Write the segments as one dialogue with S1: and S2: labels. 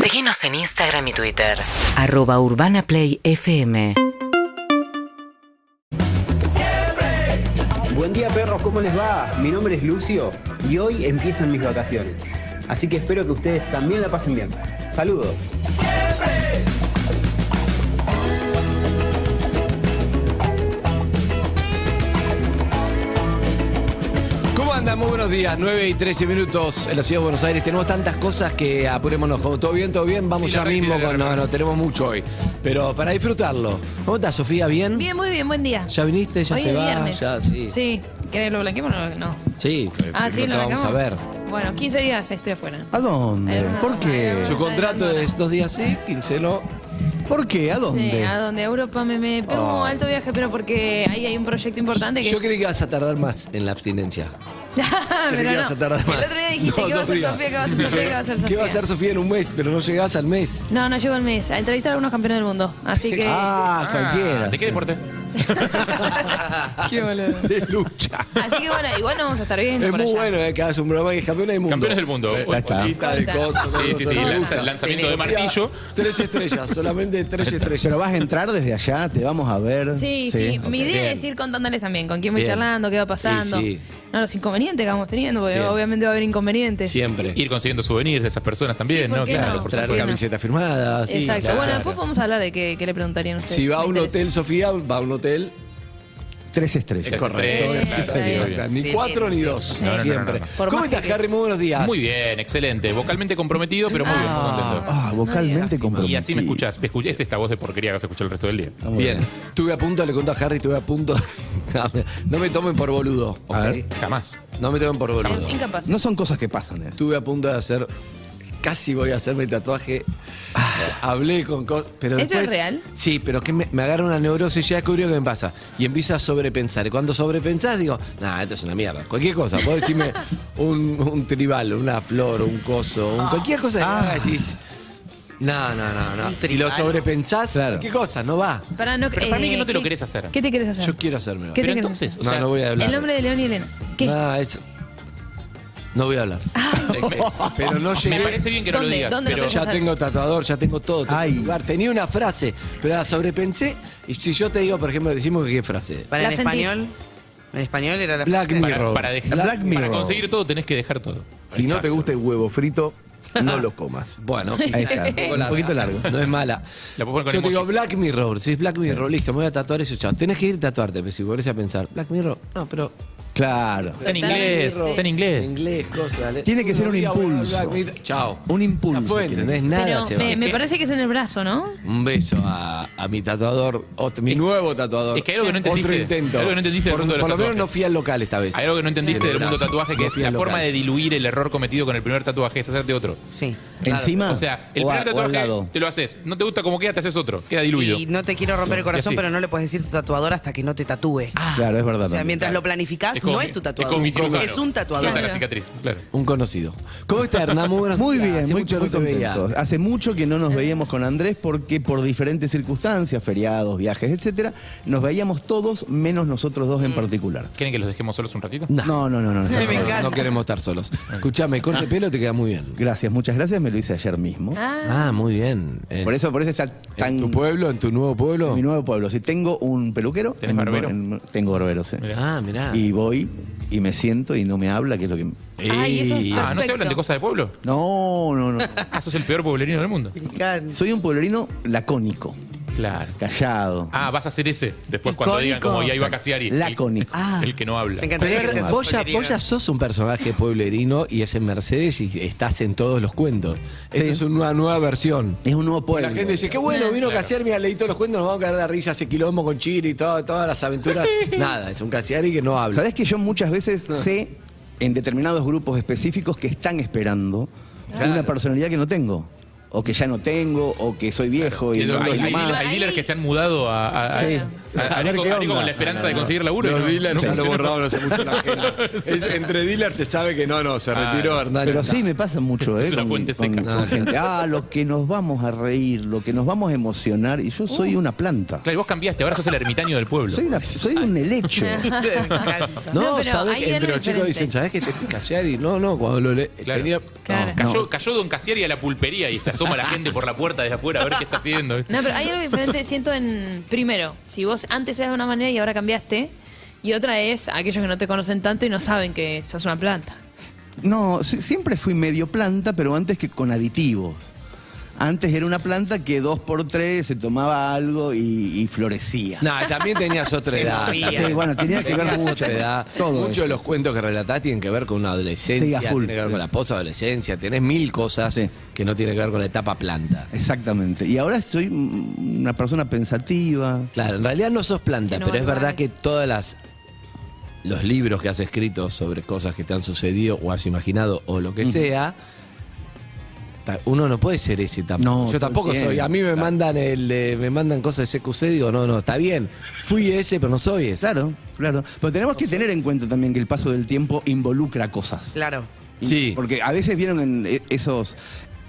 S1: Seguinos en Instagram y Twitter.
S2: Arroba Urbana Play FM.
S3: Buen día perros, ¿cómo les va? Mi nombre es Lucio y hoy empiezan mis vacaciones. Así que espero que ustedes también la pasen bien. Saludos.
S4: ¿Cómo andan? Muy buenos días, 9 y 13 minutos en la ciudad de Buenos Aires. Tenemos tantas cosas que apurémonos. Como todo bien, todo bien, vamos
S5: Sí,
S4: ya
S5: la reci,
S4: mismo
S5: la
S4: con.
S5: reci.
S4: No, no, tenemos mucho hoy. Pero para disfrutarlo. ¿Cómo estás, Sofía? ¿Bien?
S6: Bien, muy bien, buen día.
S4: ¿Ya viniste? ¿Ya
S6: Hoy
S4: se
S6: es
S4: va?
S6: viernes.
S4: Ya, sí.
S6: Sí. ¿Querés lo blanqueamos o no? no?
S4: Sí,
S6: Ah, sí,
S4: no
S6: lo
S4: te vamos
S6: blanqueamos.
S4: a ver.
S6: Bueno, 15 días estoy afuera.
S7: ¿A dónde?
S6: Ay, no,
S7: ¿Por qué?
S6: ay,
S4: Su
S6: no.
S4: contrato es dos días sí, quince no.
S7: ¿Por qué? ¿A
S6: Sí, a
S7: dónde?
S6: donde a Europa me, me pego un
S4: Ah.
S6: alto viaje, pero porque ahí hay un proyecto importante que
S4: Yo
S6: es... Ah,
S4: creí que vas a tardar más en la abstinencia.
S6: pero
S4: Creí que
S6: no.
S4: ibas a tardar más.
S6: El otro día dijiste
S4: No,
S6: que va a
S4: dos
S6: ser
S4: días.
S6: Sofía, que va a ser Sofía, que va a ser Sofía.
S4: ¿Qué va a hacer Sofía en un mes? Pero no llegás al mes.
S6: No, no llego el mes. A entrevistar a algunos campeones del mundo. Así que...
S7: Ah,
S5: Ah,
S7: cualquiera.
S5: ¿De qué deporte?
S6: Qué boludo.
S4: De lucha.
S6: Así que bueno, igual no vamos a estar viendo
S4: Es
S6: por
S4: muy
S6: allá.
S4: bueno eh, que hagas un programa que es campeones del mundo.
S5: Campeones del mundo.
S4: Eh,
S7: Ya está.
S4: bolita de
S6: Corta.
S4: cosas,
S5: Sí, sí,
S4: cosas,
S5: sí.
S4: me
S5: lanza-
S4: gusta.
S5: lanzamiento de
S4: Sofía,
S5: martillo.
S4: Tres estrellas, solamente tres estrellas.
S7: Pero vas a entrar desde allá, te vamos a ver.
S6: Sí, sí. Mi idea es ir contándoles también con quién voy
S4: Bien.
S6: charlando, qué va pasando.
S4: Sí, sí.
S6: No, los inconvenientes que vamos teniendo, porque
S4: Bien.
S6: obviamente va a haber inconvenientes.
S4: Siempre.
S5: Ir consiguiendo souvenirs de esas personas también,
S6: Sí, ¿por
S5: ¿no?
S6: qué
S5: Claro,
S6: no?
S5: por
S4: Traer
S6: supuesto.
S4: camisetas firmadas.
S6: Exacto.
S4: Sí,
S6: bueno,
S4: claro.
S6: después podemos hablar de qué, qué le preguntarían ustedes.
S4: Si va a
S6: Me
S4: un
S6: interesa.
S4: hotel, Sofía, va a un hotel.
S7: Tres estrellas.
S5: Es correcto.
S6: Sí,
S4: Tres
S6: sí,
S4: estrellas.
S5: obvio.
S4: Ni
S1: Sí,
S4: cuatro
S1: sí.
S4: ni dos.
S5: No, no, no,
S4: siempre.
S5: no, no.
S6: Por
S4: ¿Cómo
S6: más
S4: estás,
S6: que-
S4: Harry? Muy buenos días.
S5: Muy bien, excelente. Vocalmente comprometido, pero muy bien, muy contento.
S7: Ah, vocalmente comprometido.
S5: Y así me escuchás. Me escuchás esta voz de porquería que vas a escuchar el resto del día.
S6: Eh,
S7: Ah, muy
S4: Bien. Estuve a punto, le conté a Harry, estuve a punto. no me tomen por boludo.
S7: A
S4: ¿ok?
S7: ver.
S5: Jamás.
S4: No me tomen por boludo.
S6: Somos incapaces.
S7: No son cosas que pasan. eh.
S4: Estuve a punto de hacer. Casi voy a hacerme tatuaje. Hablé con cosas.
S6: ¿Eso es real?
S4: Sí, pero que me, me agarra una neurosis y ya descubrí lo que me pasa. Y empiezo a sobrepensar. Y cuando sobrepensás, digo, nah, esto es una mierda. Cualquier cosa. Puedo decirme un, un tribal, una flor, un coso,
S6: Ah.
S4: un- cualquier cosa que me haga, decís. No, no, no, no. Si lo sobrepensás,
S7: Claro.
S4: cualquier cosa, no va.
S6: Para no, eh,
S5: Pero para mí que no te lo querés hacer.
S6: ¿Qué te querés hacer?
S4: Yo quiero hacérmelo.
S6: ¿Qué
S5: Pero
S6: te
S5: entonces,
S6: querés
S4: no,
S5: o sea,
S4: no voy a hablar.
S6: El nombre de León y Elena. ¿Qué? Ah.
S4: No, es- no voy a hablar. Pero no llegué.
S5: Me parece bien que no lo
S6: ¿Dónde?
S5: digas,
S6: ¿Dónde lo
S5: pero
S6: pensás?
S4: Ya tengo tatuador, ya tengo todo. tengo
S7: Ay.
S4: lugar. Tenía una frase, pero la sobrepensé. Y si yo te digo, por ejemplo, decimos que qué frase.
S8: Para
S6: La
S8: en
S6: sentí.
S8: español. En español era la
S4: Black
S8: frase.
S4: Mirror.
S5: para, para dejar-
S7: Black
S5: para
S7: Mirror.
S5: conseguir todo tenés que dejar todo.
S9: Si no te gusta el huevo frito, no lo comas.
S4: Bueno,
S7: Ahí está. Un poquito largo.
S4: No es mala.
S5: La puedo poner con
S4: yo te digo
S5: emojis.
S4: Black Mirror. Si es Black Mirror, listo, me voy a tatuar eso, chao. Tenés que ir a tatuarte, pero si volvés a pensar, Black Mirror, no, pero.
S7: Claro.
S5: Está
S6: Está en
S5: en inglés,
S6: inglés.
S5: está en inglés.
S4: Inglés, cosas. le-
S7: Tiene que ser un
S4: día voy a
S7: impulso.
S4: Black Mirror, Chao.
S7: Un impulso
S4: Ya fue,
S7: tiene
S4: ¿entendés?
S7: que
S4: Nada
S6: Pero
S4: se va.
S6: me, me parece que es en el brazo, ¿no?
S4: Un beso a, a mi tatuador, ot- mi nuevo tatuador.
S5: es que hay algo que no entendiste.
S4: Otro intento.
S5: Algo que no entendiste del
S4: por
S5: mundo de los
S4: por lo menos no
S5: tatuajes.
S4: fui al local esta vez.
S5: Hay algo que no entendiste
S4: Sí,
S5: del mundo
S4: brazo.
S5: tatuaje, que
S4: No
S5: es
S4: fui
S5: la
S4: al
S5: forma
S4: local.
S5: de diluir el error cometido con el primer tatuaje, es hacerte otro.
S8: Sí.
S7: Encima.
S5: O sea, el
S7: Ah, o a-
S5: primer
S7: o al
S5: tatuaje
S7: lado.
S5: te lo haces. No te gusta cómo queda, te haces otro. Queda diluido.
S8: Y no te quiero romper el
S5: Y
S8: corazón,
S5: así.
S8: pero no le puedes decir tu tatuador hasta que no te tatúe.
S5: Ah.
S7: Claro, Ah, es verdad.
S8: o sea,
S7: también.
S8: mientras lo planificás,
S5: Es como
S8: no
S5: mi-
S8: es tu
S5: Es, como
S8: tatuador.
S5: mi
S8: Es,
S5: cirujano.
S8: un
S5: Sí, está
S8: tatuador.
S5: la cicatriz, claro.
S4: Un conocido. ¿Cómo está Hernán? Muy buenos
S7: Muy
S4: días.
S7: bien,
S4: Hace
S7: muy,
S4: mucho no
S7: muy
S4: te veía.
S7: contentos. Hace mucho que no nos veíamos con Andrés porque por diferentes circunstancias, feriados, viajes, etcétera, nos veíamos todos menos nosotros
S6: Mm.
S7: dos en particular.
S5: ¿Quieren que los dejemos solos un ratito?
S7: No, no, no, no. no,
S4: No,
S7: está
S4: no,
S7: todo.
S4: no queremos estar solos. Escuchame, corte pelo te queda muy bien.
S7: Gracias, muchas gracias. Me lo hice ayer mismo.
S6: Ah,
S4: Ah, muy bien. En-
S7: Por eso, por eso está tan
S4: ¿En tu pueblo? ¿En tu nuevo pueblo?
S7: en mi nuevo pueblo. Si tengo un peluquero,
S5: ¿Tenés
S7: en-
S5: barbero?
S7: en- tengo barbero, sí.
S4: Ah, mirá.
S7: Y voy y me siento y no me habla, que es lo que. No,
S6: Ay, eso es
S5: Ah, ¿no se
S6: Perfecto.
S5: hablan de cosas de pueblo?
S7: no, no.
S5: Ah, sos el peor pueblerino del mundo.
S8: Cicatriz.
S7: Soy un pueblerino lacónico,
S5: Claro.
S7: callado,
S5: Ah, vas a hacer ese después cuando digan
S8: Icónico.
S5: como ya iba Casiari. el-
S7: lacónico.
S8: Ah.
S5: El que no habla.
S8: Me encantaría
S4: Pero
S8: que seas
S4: vos ya,
S8: porquería.
S4: vos ya sos un personaje pueblerino y es en Mercedes y estás en todos los cuentos. Esto
S7: Sí.
S4: es una nueva versión.
S7: Es un nuevo pueblo.
S4: La gente dice, qué bueno, vino Casiari, mira, leí todos los cuentos, nos vamos a caer de risa, ese quilombo con Chiri, todo- todas las aventuras. Nada, es un Casiari que no habla.
S7: Sabés que yo muchas veces
S5: Ah.
S7: sé en determinados grupos específicos que están esperando
S5: Ah.
S7: una personalidad que no tengo. O que ya no tengo, o que soy viejo y
S5: Y
S7: no
S5: hay,
S7: los
S5: hay-
S7: demás.
S5: hay dealers que se han mudado a, a- a-
S7: Sí.
S5: A, a
S7: ver
S5: Nico,
S7: qué
S5: a Nico
S7: onda.
S5: con la esperanza de conseguir laburo. y
S10: Los
S5: no-
S10: dealers
S5: nunca
S10: ya
S5: se
S10: lo
S5: le-
S10: borraron hace mucho la agenda. Es- Entre dealers se sabe que no, no, se
S4: Ah,
S10: retiró Hernán.
S7: Pero así me pasa mucho, ¿eh?
S5: Es una
S7: con-
S5: fuente
S7: con-
S5: seca.
S7: con gente. Ah, lo que nos vamos a reír, lo que nos vamos a emocionar. Y yo soy
S5: Uh.
S7: una planta.
S5: Claro, y vos cambiaste, ahora sos el ermitaño del pueblo.
S7: Soy, una- soy un helecho.
S6: No,
S4: No,
S6: pero
S4: sabés
S6: ahí
S4: que-
S6: era
S4: pero los chicos
S6: diferente.
S4: dicen, ¿sabés que te callar? Y no, no, cuando lo le,
S5: Claro.
S4: tenía-
S6: Claro.
S5: Cayó, cayó Don Casieri a la pulpería y se asoma la gente por la puerta desde afuera a ver qué está haciendo. ¿viste?
S6: No, pero hay algo diferente, siento en. Primero, si vos antes eras de una manera y ahora cambiaste. Y otra es aquellos que no te conocen tanto y no saben que sos una planta.
S7: No, si- siempre fui medio planta, pero antes que con aditivos. Antes era una planta que dos por tres se tomaba algo y, y florecía.
S4: No, también tenías otra
S8: Se
S4: edad.
S8: moría.
S4: también.
S7: Sí, bueno, tenía que ver
S4: Tenías
S7: mucho.
S4: otra edad.
S7: Todo
S4: Muchos
S7: eso,
S4: de los
S7: sí.
S4: cuentos que relatás tienen que ver con una
S7: Sí,
S4: adolescencia,
S7: a full,
S4: tiene que ver
S7: sí.
S4: con la posadolescencia, tenés mil cosas
S7: Sí.
S4: que no tienen que ver con la etapa planta.
S7: Exactamente. Y ahora soy mm, una persona pensativa.
S4: Claro, en realidad no sos planta,
S6: Que no
S4: pero
S6: va
S4: es
S6: a
S4: verdad
S6: lugares.
S4: que todas las los libros que has escrito sobre cosas que te han sucedido o has imaginado o lo que sea, ta- uno no puede ser ese tampoco.
S7: No, todo
S4: Yo
S7: el
S4: tampoco soy.
S7: tiempo,
S4: A mí me
S7: claro.
S4: mandan el de- me mandan cosas de CQC, digo, no, no, está bien. Fui ese, pero no soy ese.
S7: Claro, claro. Pero tenemos que tener en cuenta también que el paso del tiempo involucra cosas.
S8: Claro.
S4: Sí.
S7: Porque a veces vieron en eh, esos,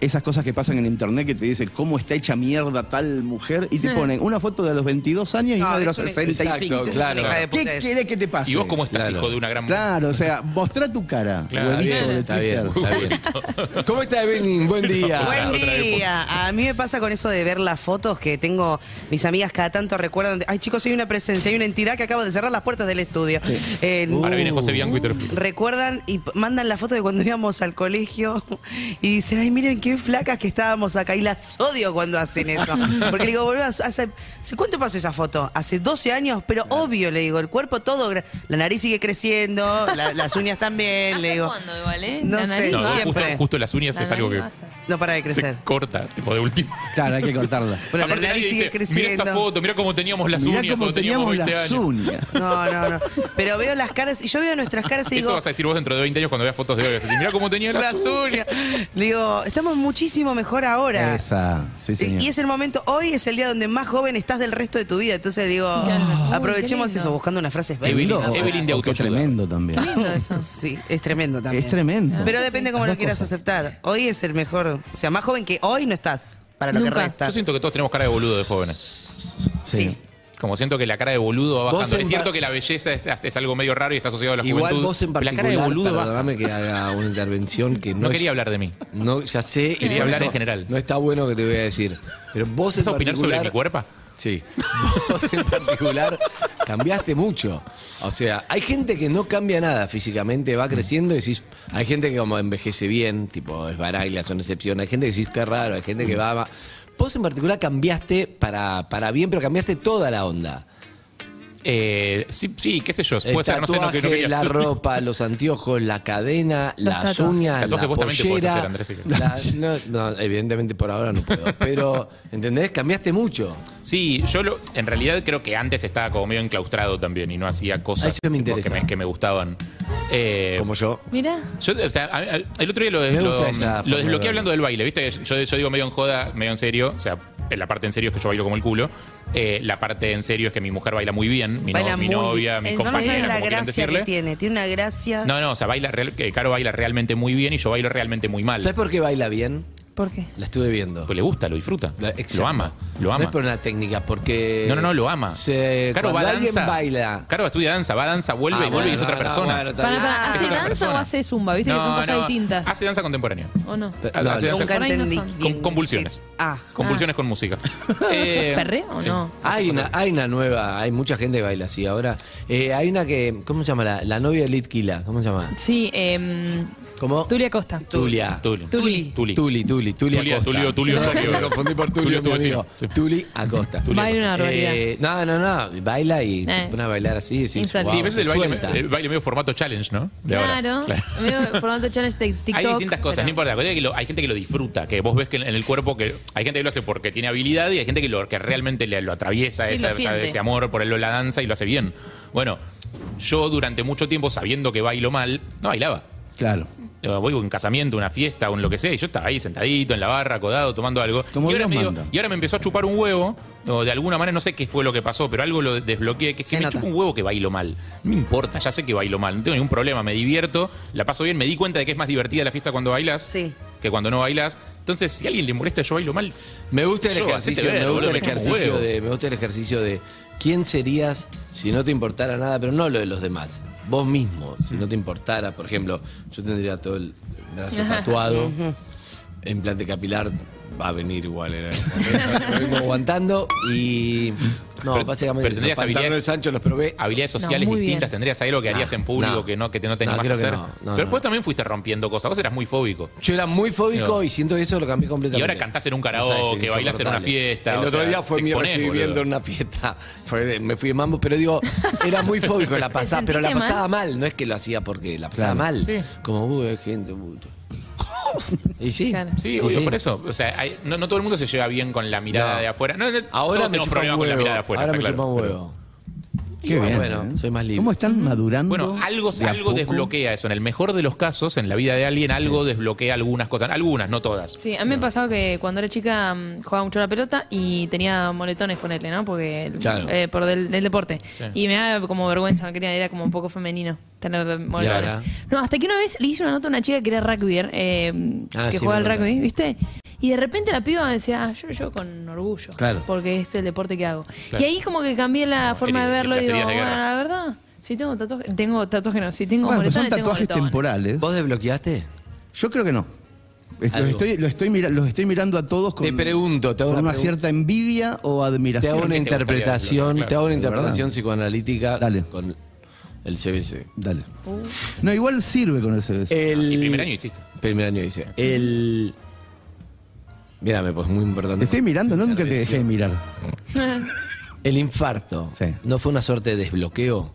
S7: esas cosas que pasan en internet que te dicen cómo está hecha mierda tal mujer y te ponen una foto de los 22 años y
S8: Ah. No,
S7: una de los
S8: eso es-
S7: 65.
S4: Exacto, claro.
S8: Hija Ah, de puta
S7: ¿Qué
S8: es.
S7: querés que te pase?
S5: ¿Y vos cómo estás,
S4: Claro.
S5: hijo de una gran mujer?
S7: Claro, o sea, mostrá tu cara.
S5: Claro,
S7: huevito
S4: Bien,
S7: de
S4: está
S7: Twitter.
S4: bien, está bien. ¿Cómo está Evelyn? Buen día.
S5: Otra
S8: Buen
S5: época.
S8: día. A mí me pasa con eso de ver las fotos que tengo. Mis amigas cada tanto recuerdan. de, Ay, chicos, hay una presencia, hay una entidad que acaba de cerrar las puertas del estudio. Eh,
S5: Ahora viene José Bianco y te lo
S8: Uh.
S5: explica.
S8: Recuerdan y p- mandan la foto de cuando íbamos al colegio y dicen, ay, miren qué flacas que estábamos acá. Y las odio cuando hacen eso. Porque le digo, boludo, hace, hace- ¿cuánto pasó esa foto? Hace 12 años, pero obvio, le digo, el cuerpo todo, gra- la nariz sigue creciendo, la- las uñas también, le
S6: ¿Hasta
S8: digo.
S6: cuándo igual, eh?
S8: No
S6: La
S8: sé.
S6: nariz
S5: No,
S6: basta.
S5: justo,
S8: siempre.
S5: justo las uñas
S6: La
S5: es algo
S6: nariz
S5: que
S6: basta.
S8: No para de crecer.
S5: se corta, tipo de último.
S7: Claro, hay que cortarla.
S8: Bueno, la
S5: Aparte
S8: nariz
S5: nadie
S8: sigue
S5: dice, mira
S8: creciendo".
S5: esta foto, mira cómo teníamos las
S7: Mirá
S5: uñas
S7: cómo
S5: cuando
S7: teníamos
S5: teníamos 20
S7: las
S5: años.
S7: uñas.
S8: No, no, no. Pero veo las caras, y yo veo nuestras caras
S5: Eso
S8: y digo,
S5: vas a decir vos dentro de 20 años cuando veas fotos de hoy. Vas a decir, mira cómo tenía las
S8: las
S5: uñas.
S8: uñas. Digo, estamos muchísimo mejor ahora.
S7: Esa, sí, señor.
S8: Y es el momento, hoy es el día donde más joven estás del resto de tu vida. Entonces digo,
S6: Claro.
S8: ah,
S6: Uy,
S8: aprovechemos
S6: qué lindo.
S8: eso, buscando unas frases
S5: Evelyn-
S7: Lindo,
S8: baby.
S5: Evelyn de
S7: o qué
S5: autoayuda.
S7: tremendo también.
S6: Qué lindo eso.
S8: Sí, es tremendo también.
S7: Es tremendo.
S8: Pero depende cómo
S7: Las
S8: lo
S7: dos
S8: quieras
S7: cosas.
S8: aceptar. Hoy es el mejor, o sea, más joven que hoy no estás, para lo que
S6: Nunca.
S8: resta.
S5: Yo siento que todos tenemos cara de boludo de jóvenes.
S8: Sí.
S5: Como siento que la cara de boludo va
S4: Vos
S5: bajando.
S4: en
S5: Es cierto
S4: par-
S5: que la belleza es, es algo medio raro y está asociado a la
S4: Igual
S5: juventud.
S4: vos en
S5: pero
S4: particular,
S5: La cara de boludo baja.
S4: perdóname que haga una intervención que no,
S5: No
S4: es-
S5: quería hablar de mí.
S4: No, ya sé. y
S5: Quería
S4: por
S5: hablar
S4: eso
S5: en general.
S4: No está bueno que te voy a decir. Pero vos en
S5: ¿Vas a opinar sobre
S4: particular-
S5: mi cuerpo?
S4: Sí. Vos en particular cambiaste mucho. O sea, hay gente que no cambia nada físicamente,
S5: Mm.
S4: va creciendo y decís... Hay gente que como envejece bien, tipo es Baraglia, son excepción. Hay gente que decís qué raro, hay gente que
S5: Mm.
S4: va... va- Vos en particular cambiaste para, para bien, pero cambiaste toda la onda.
S5: Eh, sí, sí, qué sé yo.
S4: El
S5: Puede ser, no sé, no, que no
S4: tatuaje,
S5: quería.
S4: la ropa, los anteojos, la cadena, las
S6: tatuajes.
S4: uñas,
S5: Tatuajes
S4: la
S5: vos también te podés
S4: pollera.
S5: hacer, Andrés, si querés.
S4: la- no, no, evidentemente por ahora no puedo. Pero, ¿entendés? Cambiaste mucho.
S5: Sí, yo lo- en realidad creo que antes estaba como medio enclaustrado también y no hacía cosas
S4: Eso me
S5: tipo,
S4: interesa.
S5: que, me, que me gustaban. Eh,
S4: Como yo.
S6: Mira.
S5: Yo, o sea, a- a- el otro día lo, des-
S4: Me gusta
S5: lo-
S4: esa
S5: lo
S4: forma de
S5: desbloqueé
S4: verlo.
S5: hablando del baile, ¿viste? Yo, yo digo medio en joda, medio en serio. O sea, en la parte en serio es que yo bailo como el culo. Eh, la parte en serio es que mi mujer baila muy bien, mi, no-
S8: Baila
S5: mi
S8: muy Eh,
S5: novia, mi
S6: bien.
S8: No, no
S5: compañera,
S8: sabes la
S5: como quieran
S8: gracia que
S5: decirle.
S8: tiene. Tiene una gracia.
S5: No, no, o sea, baila real- que Caro baila realmente muy bien y yo bailo realmente muy mal.
S4: ¿Sabes por qué baila bien?
S6: ¿Por qué?
S4: La estuve viendo.
S5: Pues le gusta, lo disfruta.
S4: La- exacto.
S5: Lo ama, lo
S4: No
S5: ama.
S4: es por una técnica, porque.
S5: No, no, no, lo ama.
S4: Eh, Se,
S5: Caro va a
S4: cuando alguien
S5: danza.
S4: baila.
S5: Caro estudia danza, va a danza, vuelve
S4: Ah,
S5: y vuelve y es
S4: bueno,
S5: otra
S4: no, no,
S5: persona.
S4: bueno, está
S6: Para,
S4: bien.
S6: para,
S8: Ah,
S5: Es
S6: ¿Hace
S5: otra
S6: danza o
S5: persona.
S6: hace zumba? Viste que son
S5: No,
S6: cosas
S5: no, Ah, eh,
S6: distintas.
S5: Hace danza contemporánea.
S6: ¿O no?
S4: Pero- no,
S5: hace
S4: no.
S5: danza
S8: Nunca
S6: por ahí no
S8: entendí.
S6: son.
S8: bien.
S5: Con convulsiones.
S8: Ah.
S5: Convulsiones con música. Eh,
S6: ¿Perreo o no?
S4: Hay una, hay una nueva, hay mucha gente que baila así ahora. Eh, hay una que, ¿cómo se llama? La, la novia de Litquila, ¿cómo se llama?
S6: Sí, eh,
S4: ¿Cómo?
S6: Tulia Costa.
S4: Tulia.
S5: Tuli.
S6: Tuli.
S5: Tuli.
S4: Tuli, Tuli, Tuli
S5: Tulia,
S4: Acosta.
S5: Tulio, Tulio,
S4: No,
S5: Tulio.
S4: me confundí por
S5: Tulio,
S4: Tulio,
S5: tu
S4: mi
S5: vecino.
S4: amigo.
S5: Sí.
S4: Tuli Acosta.
S5: Tuli
S6: Baila una barbaridad.
S4: Eh, no, no, no, baila y
S6: Eh.
S4: se pone a bailar así. Sí,
S6: Insalsa.
S5: Sí, ves el
S4: se
S5: baile,
S4: suelta.
S5: el baile medio formato challenge, ¿no? De ahora.
S6: Claro. Medio formato challenge de este TikTok.
S5: hay distintas cosas,
S6: pero-
S5: no importa. La cosa es que lo- hay gente que lo disfruta, que vos ves que en el cuerpo que hay gente que lo hace porque tiene habilidad y hay gente que lo que realmente le, lo atraviesa
S6: Sí,
S5: esa-
S6: lo
S5: esa-
S6: siente.
S5: ese amor por el- la danza y lo hace bien. Bueno, yo durante mucho tiempo sabiendo que bailo mal, no bailaba.
S7: Claro.
S5: Eh, Voy a un casamiento, una fiesta, un lo que sea, y yo estaba ahí sentadito en la barra, codado, tomando algo.
S7: Como
S5: y, ahora
S7: Dios
S5: me dio-
S7: manda.
S5: y ahora me empezó a chupar un huevo, o de alguna manera, no sé qué fue lo que pasó, pero algo lo desbloqueé, que es que
S8: Se
S5: me
S8: nota.
S5: chupa un huevo que bailo mal. No me importa, ya sé que bailo mal, no tengo ningún problema, me divierto, la paso bien, me di cuenta de que es más divertida la fiesta cuando bailas
S8: Sí.
S5: que cuando no bailas. Entonces, si a alguien le molesta yo bailo mal,
S4: Me gusta el
S5: Yo,
S4: ejercicio,
S5: hacete
S4: me
S5: ver,
S4: gusta
S5: boludo,
S4: el
S5: me chupa un
S4: ejercicio
S5: huevo.
S4: de, me gusta el ejercicio de quién serías si no te importara nada, pero no lo de los demás. Vos mismo, si no te importara, por ejemplo, yo tendría todo el brazo tatuado, implante capilar va a venir igual, era- lo vengo aguantando y no,
S5: Pero-
S4: básicamente
S5: pero tendrías
S4: esos pantalones
S5: habilidades-
S4: anchos los probé.
S5: habilidades
S6: No,
S5: sociales
S6: muy
S5: distintas,
S6: bien.
S5: tendrías algo que harías
S4: Nah,
S5: en público
S4: no.
S5: que no que te, no te
S4: No,
S5: animás a
S4: creo que
S5: hacer.
S4: no, no,
S5: pero
S4: no.
S5: vos también fuiste rompiendo cosas, vos eras muy fóbico.
S4: Yo era muy fóbico
S5: No.
S4: y siento que eso lo cambié completamente.
S5: Y ahora cantás en un
S4: No sabes,
S5: karaoke,
S4: es
S5: bailás en una
S4: insoportable.
S5: fiesta.
S4: El
S5: o
S4: otro
S5: sea,
S4: día fue
S5: te
S4: mi
S5: exponés,
S4: recibiendo
S5: boludo.
S4: en una fiesta. Fue- me fui de mambo, pero digo, era muy fóbico la pasada, pero la
S6: sentiste
S4: pasaba mal. No es que lo hacía porque la pasaba mal. Como, uy, hay gente, uy, tú". Y sí.
S6: Claro.
S5: Sí,
S4: y
S5: obvio, por eso. O sea, hay- no, no todo el mundo se lleva bien con la mirada
S4: No.
S5: de afuera. No, no,
S4: Ahora
S5: todos
S4: me
S5: tenemos
S4: chupa
S5: problemas
S4: un
S5: con la
S4: huevo.
S5: mirada de afuera.
S4: ahora me
S5: está
S4: chupa
S5: claro.
S4: un huevo.
S7: Qué
S4: bueno,
S7: bien.
S4: bueno,
S7: ¿eh?
S4: soy más libre.
S7: ¿Cómo están madurando?
S5: Bueno, algo,
S7: de a
S5: algo
S7: poco?
S5: desbloquea eso. En el mejor de los casos, en la vida de alguien, algo desbloquea algunas cosas. Algunas, no todas.
S6: Sí, a mí me pasaba que cuando era chica mm, jugaba mucho a la pelota y tenía moletones, ponerle, ¿no? Porque
S4: Claro.
S6: eh, por del, del deporte.
S5: Sí.
S6: Y me daba como vergüenza, no quería, era como un poco femenino tener de- moletones.
S4: ahora?
S6: No, hasta que una vez le hice una nota a una chica que era rugby, eh,
S4: Ah,
S6: que
S4: sí,
S6: jugaba al
S4: me contaste.
S6: rugby, ¿viste? Y de repente la piba me decía, ah, yo, yo con orgullo,
S4: Claro.
S6: porque es el deporte que hago.
S5: Claro.
S6: Y ahí como que cambié la forma de
S5: el- el
S6: verlo y digo,
S5: placerías de
S6: bueno,
S5: guerra".
S6: la verdad, si tengo tatuajes, tengo tatuajes, no, si tengo
S7: Bueno, Ah, pero
S6: moletones,
S7: son tatuajes
S6: tengo moletones.
S7: temporales.
S4: ¿Vos desbloqueaste?
S7: Yo creo que no. Est-
S4: Algo.
S7: Los estoy, lo estoy mira- los estoy mirando a todos con,
S4: Te pregunto, te hago
S7: con
S4: una
S7: una,
S4: pregunta.
S7: cierta envidia o
S4: Te hago
S7: admiración.
S4: una
S5: ¿Qué te gustaría
S4: interpretación,
S5: desbloquear?
S4: te hago una
S7: Claro.
S4: interpretación psicoanalítica
S7: Dale.
S4: con el CBC.
S7: Dale. No, igual sirve con el CBC.
S4: El
S5: Y Ah, primer año hiciste.
S4: Primer año dice. El. Mírame, pues muy
S7: te
S4: importante.
S7: estoy mirando, ¿no? nunca te dejé de mirar.
S4: El infarto.
S7: Sí.
S4: ¿No fue una suerte de desbloqueo?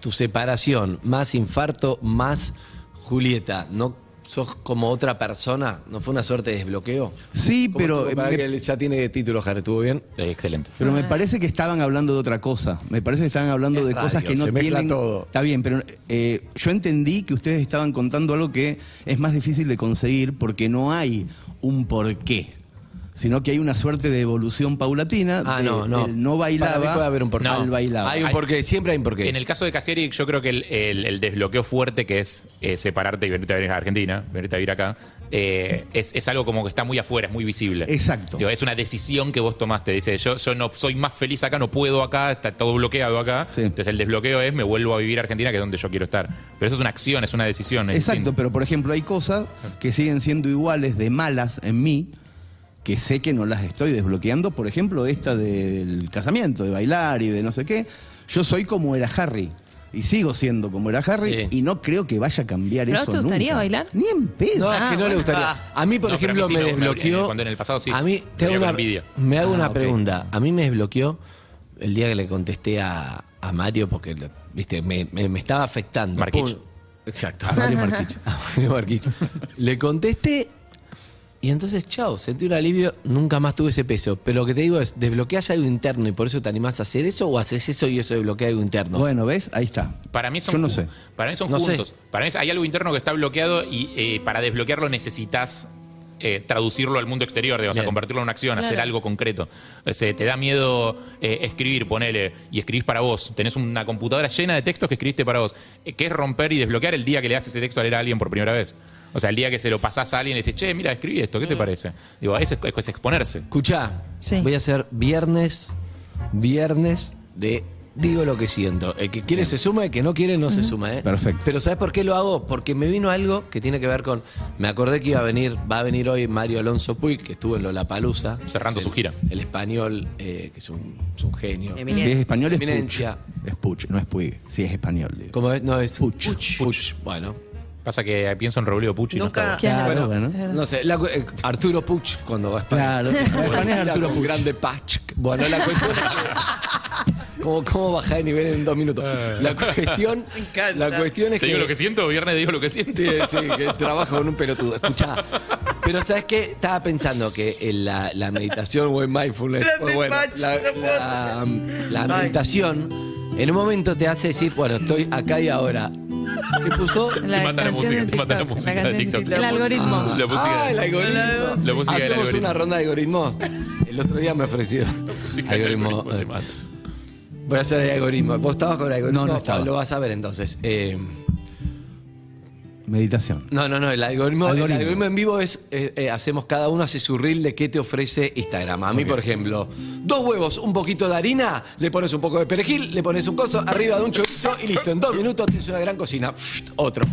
S4: Tu separación, más infarto, más Julieta, ¿no sos como otra persona? ¿No fue una suerte de desbloqueo?
S7: Sí,
S4: ¿Cómo
S7: pero,
S4: estuvo? Para
S7: me-
S4: que él ya tiene título, Jare, ¿estuvo bien? Excelente.
S7: pero me parece que estaban hablando de otra cosa. Me parece que estaban hablando
S4: Es
S7: de
S4: radio,
S7: cosas que no
S4: se mezcla
S7: tienen.
S4: todo.
S7: Está bien, pero eh, yo entendí que ustedes estaban contando algo que es más difícil de conseguir porque no hay un porqué, sino que hay una suerte de evolución paulatina
S4: Ah,
S7: de-
S4: no, no.
S7: del no bailaba
S4: Para mí puede haber un porqué.
S7: al bailaba.
S4: Hay un porqué, siempre hay un porqué.
S5: En el caso de Casieri, yo creo que el, el- el desbloqueo fuerte que es eh, separarte y venirte a vivir a Argentina, venirte a vivir acá, eh, es, es algo como que está muy afuera, es muy visible.
S7: Exacto.
S5: Digo, es una decisión que vos tomaste. Dice, yo, yo no soy más feliz acá, no puedo acá, está todo bloqueado acá.
S7: Sí.
S5: Entonces el desbloqueo es me vuelvo a vivir a Argentina, que es donde yo quiero estar. Pero eso es una acción, es una decisión. es
S7: Exacto,
S5: distinto.
S7: pero por ejemplo hay cosas que siguen siendo iguales de malas en mí que sé que no las estoy desbloqueando, por ejemplo esta del casamiento, de bailar y de no sé qué. Yo soy como era Harry y sigo siendo como era Harry
S4: Sí.
S7: y no creo que vaya a cambiar
S6: ¿Pero a
S7: eso
S6: vos te gustaría
S7: nunca.
S6: bailar?
S7: Ni en pedo.
S4: No, es que
S6: Ah,
S4: no le
S6: bueno.
S4: gustaría. A mí, por
S5: No, pero a
S4: ejemplo,
S5: mí sí
S4: me
S5: me gusta,
S4: desbloqueó.
S5: cuando en el pasado sí.
S4: A mí, te hago
S5: Veía con
S4: una,
S5: envidia.
S4: me hago
S7: Ah,
S4: una
S7: ok.
S4: pregunta. A mí me desbloqueó el día que le contesté a, a Mario, porque viste, me, me- me estaba afectando.
S5: Marquich.
S4: Pum. Exacto. A Mario Marquich. A Mario Marquich. Le contesté. Y entonces, chao, sentí un alivio, nunca más tuve ese peso. Pero lo que te digo es, ¿desbloqueas algo interno y por eso te animás a hacer eso o haces eso y eso desbloquea algo interno?
S7: Bueno, ¿ves? Ahí está.
S5: Para mí son,
S7: Yo no
S5: ju-
S7: sé.
S5: Para mí son
S4: No sé.
S5: juntos. Para mí es- hay algo interno que está bloqueado y eh, para desbloquearlo necesitas eh, traducirlo al mundo exterior, digamos, o sea,
S4: Bien.
S5: convertirlo en una acción, hacer
S6: Claro.
S5: algo concreto. Eh, se- te da miedo eh, escribir, ponele, y escribís para vos. Tenés una computadora llena de textos que escribiste para vos. Eh, que es romper y desbloquear el día que le das ese texto a leer a alguien por primera vez? O sea, el día que se lo pasás a alguien y le decís, che, mira, escribí esto, ¿qué te parece? Digo, eso es, es exponerse.
S4: Escuchá,
S6: Sí.
S4: voy a hacer viernes, viernes de digo lo que siento. El que quiere se suma, el que no quiere no se suma, ¿eh?
S7: Perfecto.
S4: Pero ¿sabes por qué lo hago? Porque me vino algo que tiene que ver con. Me acordé que iba a venir, va a venir hoy Mario Alonso Puig, que estuvo en Lollapalooza.
S5: Cerrando
S4: Es
S5: su
S4: el-
S5: gira.
S4: El español, eh, que es un, es un genio.
S8: Emi-
S7: Si es español es puch.
S4: Eminencia.
S7: Es puch, no es puig. Si es español. digo.
S4: ¿Cómo es? No, es.
S7: Puch.
S4: Puch. Bueno.
S5: Pasa que pienso en Robledo Pucci y no está
S8: Nunca-
S5: bueno.
S7: Claro,
S4: Bueno, no sé, la cu- eh, Arturo Puch cuando va a España.
S7: Claro, sí.
S4: Como
S7: España es
S4: tira
S7: Arturo
S4: con
S7: Puch.
S4: grande Pach. Bueno, la cuestión es que- ¿Cómo, cómo bajar de nivel en dos minutos? La cuestión,
S8: Me encanta.
S4: la cuestión es
S5: Eh. Te
S4: que...
S5: digo lo que siento, viernes te digo lo que siento.
S4: Sí, sí, que trabajo con un pelotudo, escuchá. Pero ¿sabes qué? Estaba pensando que en la, la meditación o el mindfulness,
S8: Grande
S4: o bueno,
S8: Pach,
S4: la,
S8: no puedo.
S4: la- la meditación en un momento te hace decir, bueno, estoy acá y ahora. ¿Qué puso?
S5: Te manda la
S6: canción
S5: música,
S6: de
S5: te manda la
S6: TikTok,
S5: música de
S6: canción
S5: TikTok.
S6: El
S5: La
S6: algoritmo.
S5: música. La música
S4: Ah,
S5: del
S4: el algoritmo.
S5: algoritmo. La música del
S4: Hacemos
S5: algoritmo.
S4: una ronda de algoritmos. El otro día me ofreció.
S5: música del
S4: Algoritmo. eh,
S5: algoritmo te mata.
S4: Voy a hacer el algoritmo. ¿Vos estabas con el algoritmo? Ah,
S7: No, no estaba.
S4: Lo vas a ver entonces. Eh,
S7: Meditación.
S4: no, no, no. El algoritmo, el
S7: Algoritmo.
S4: algoritmo en vivo es. eh, eh, hacemos cada uno hace su reel de qué te ofrece Instagram. A mí, por ejemplo, dos huevos, un poquito de harina, le pones un poco de perejil, le pones un coso arriba de un chorizo y listo. En dos minutos tienes una gran cocina. Pft, otro.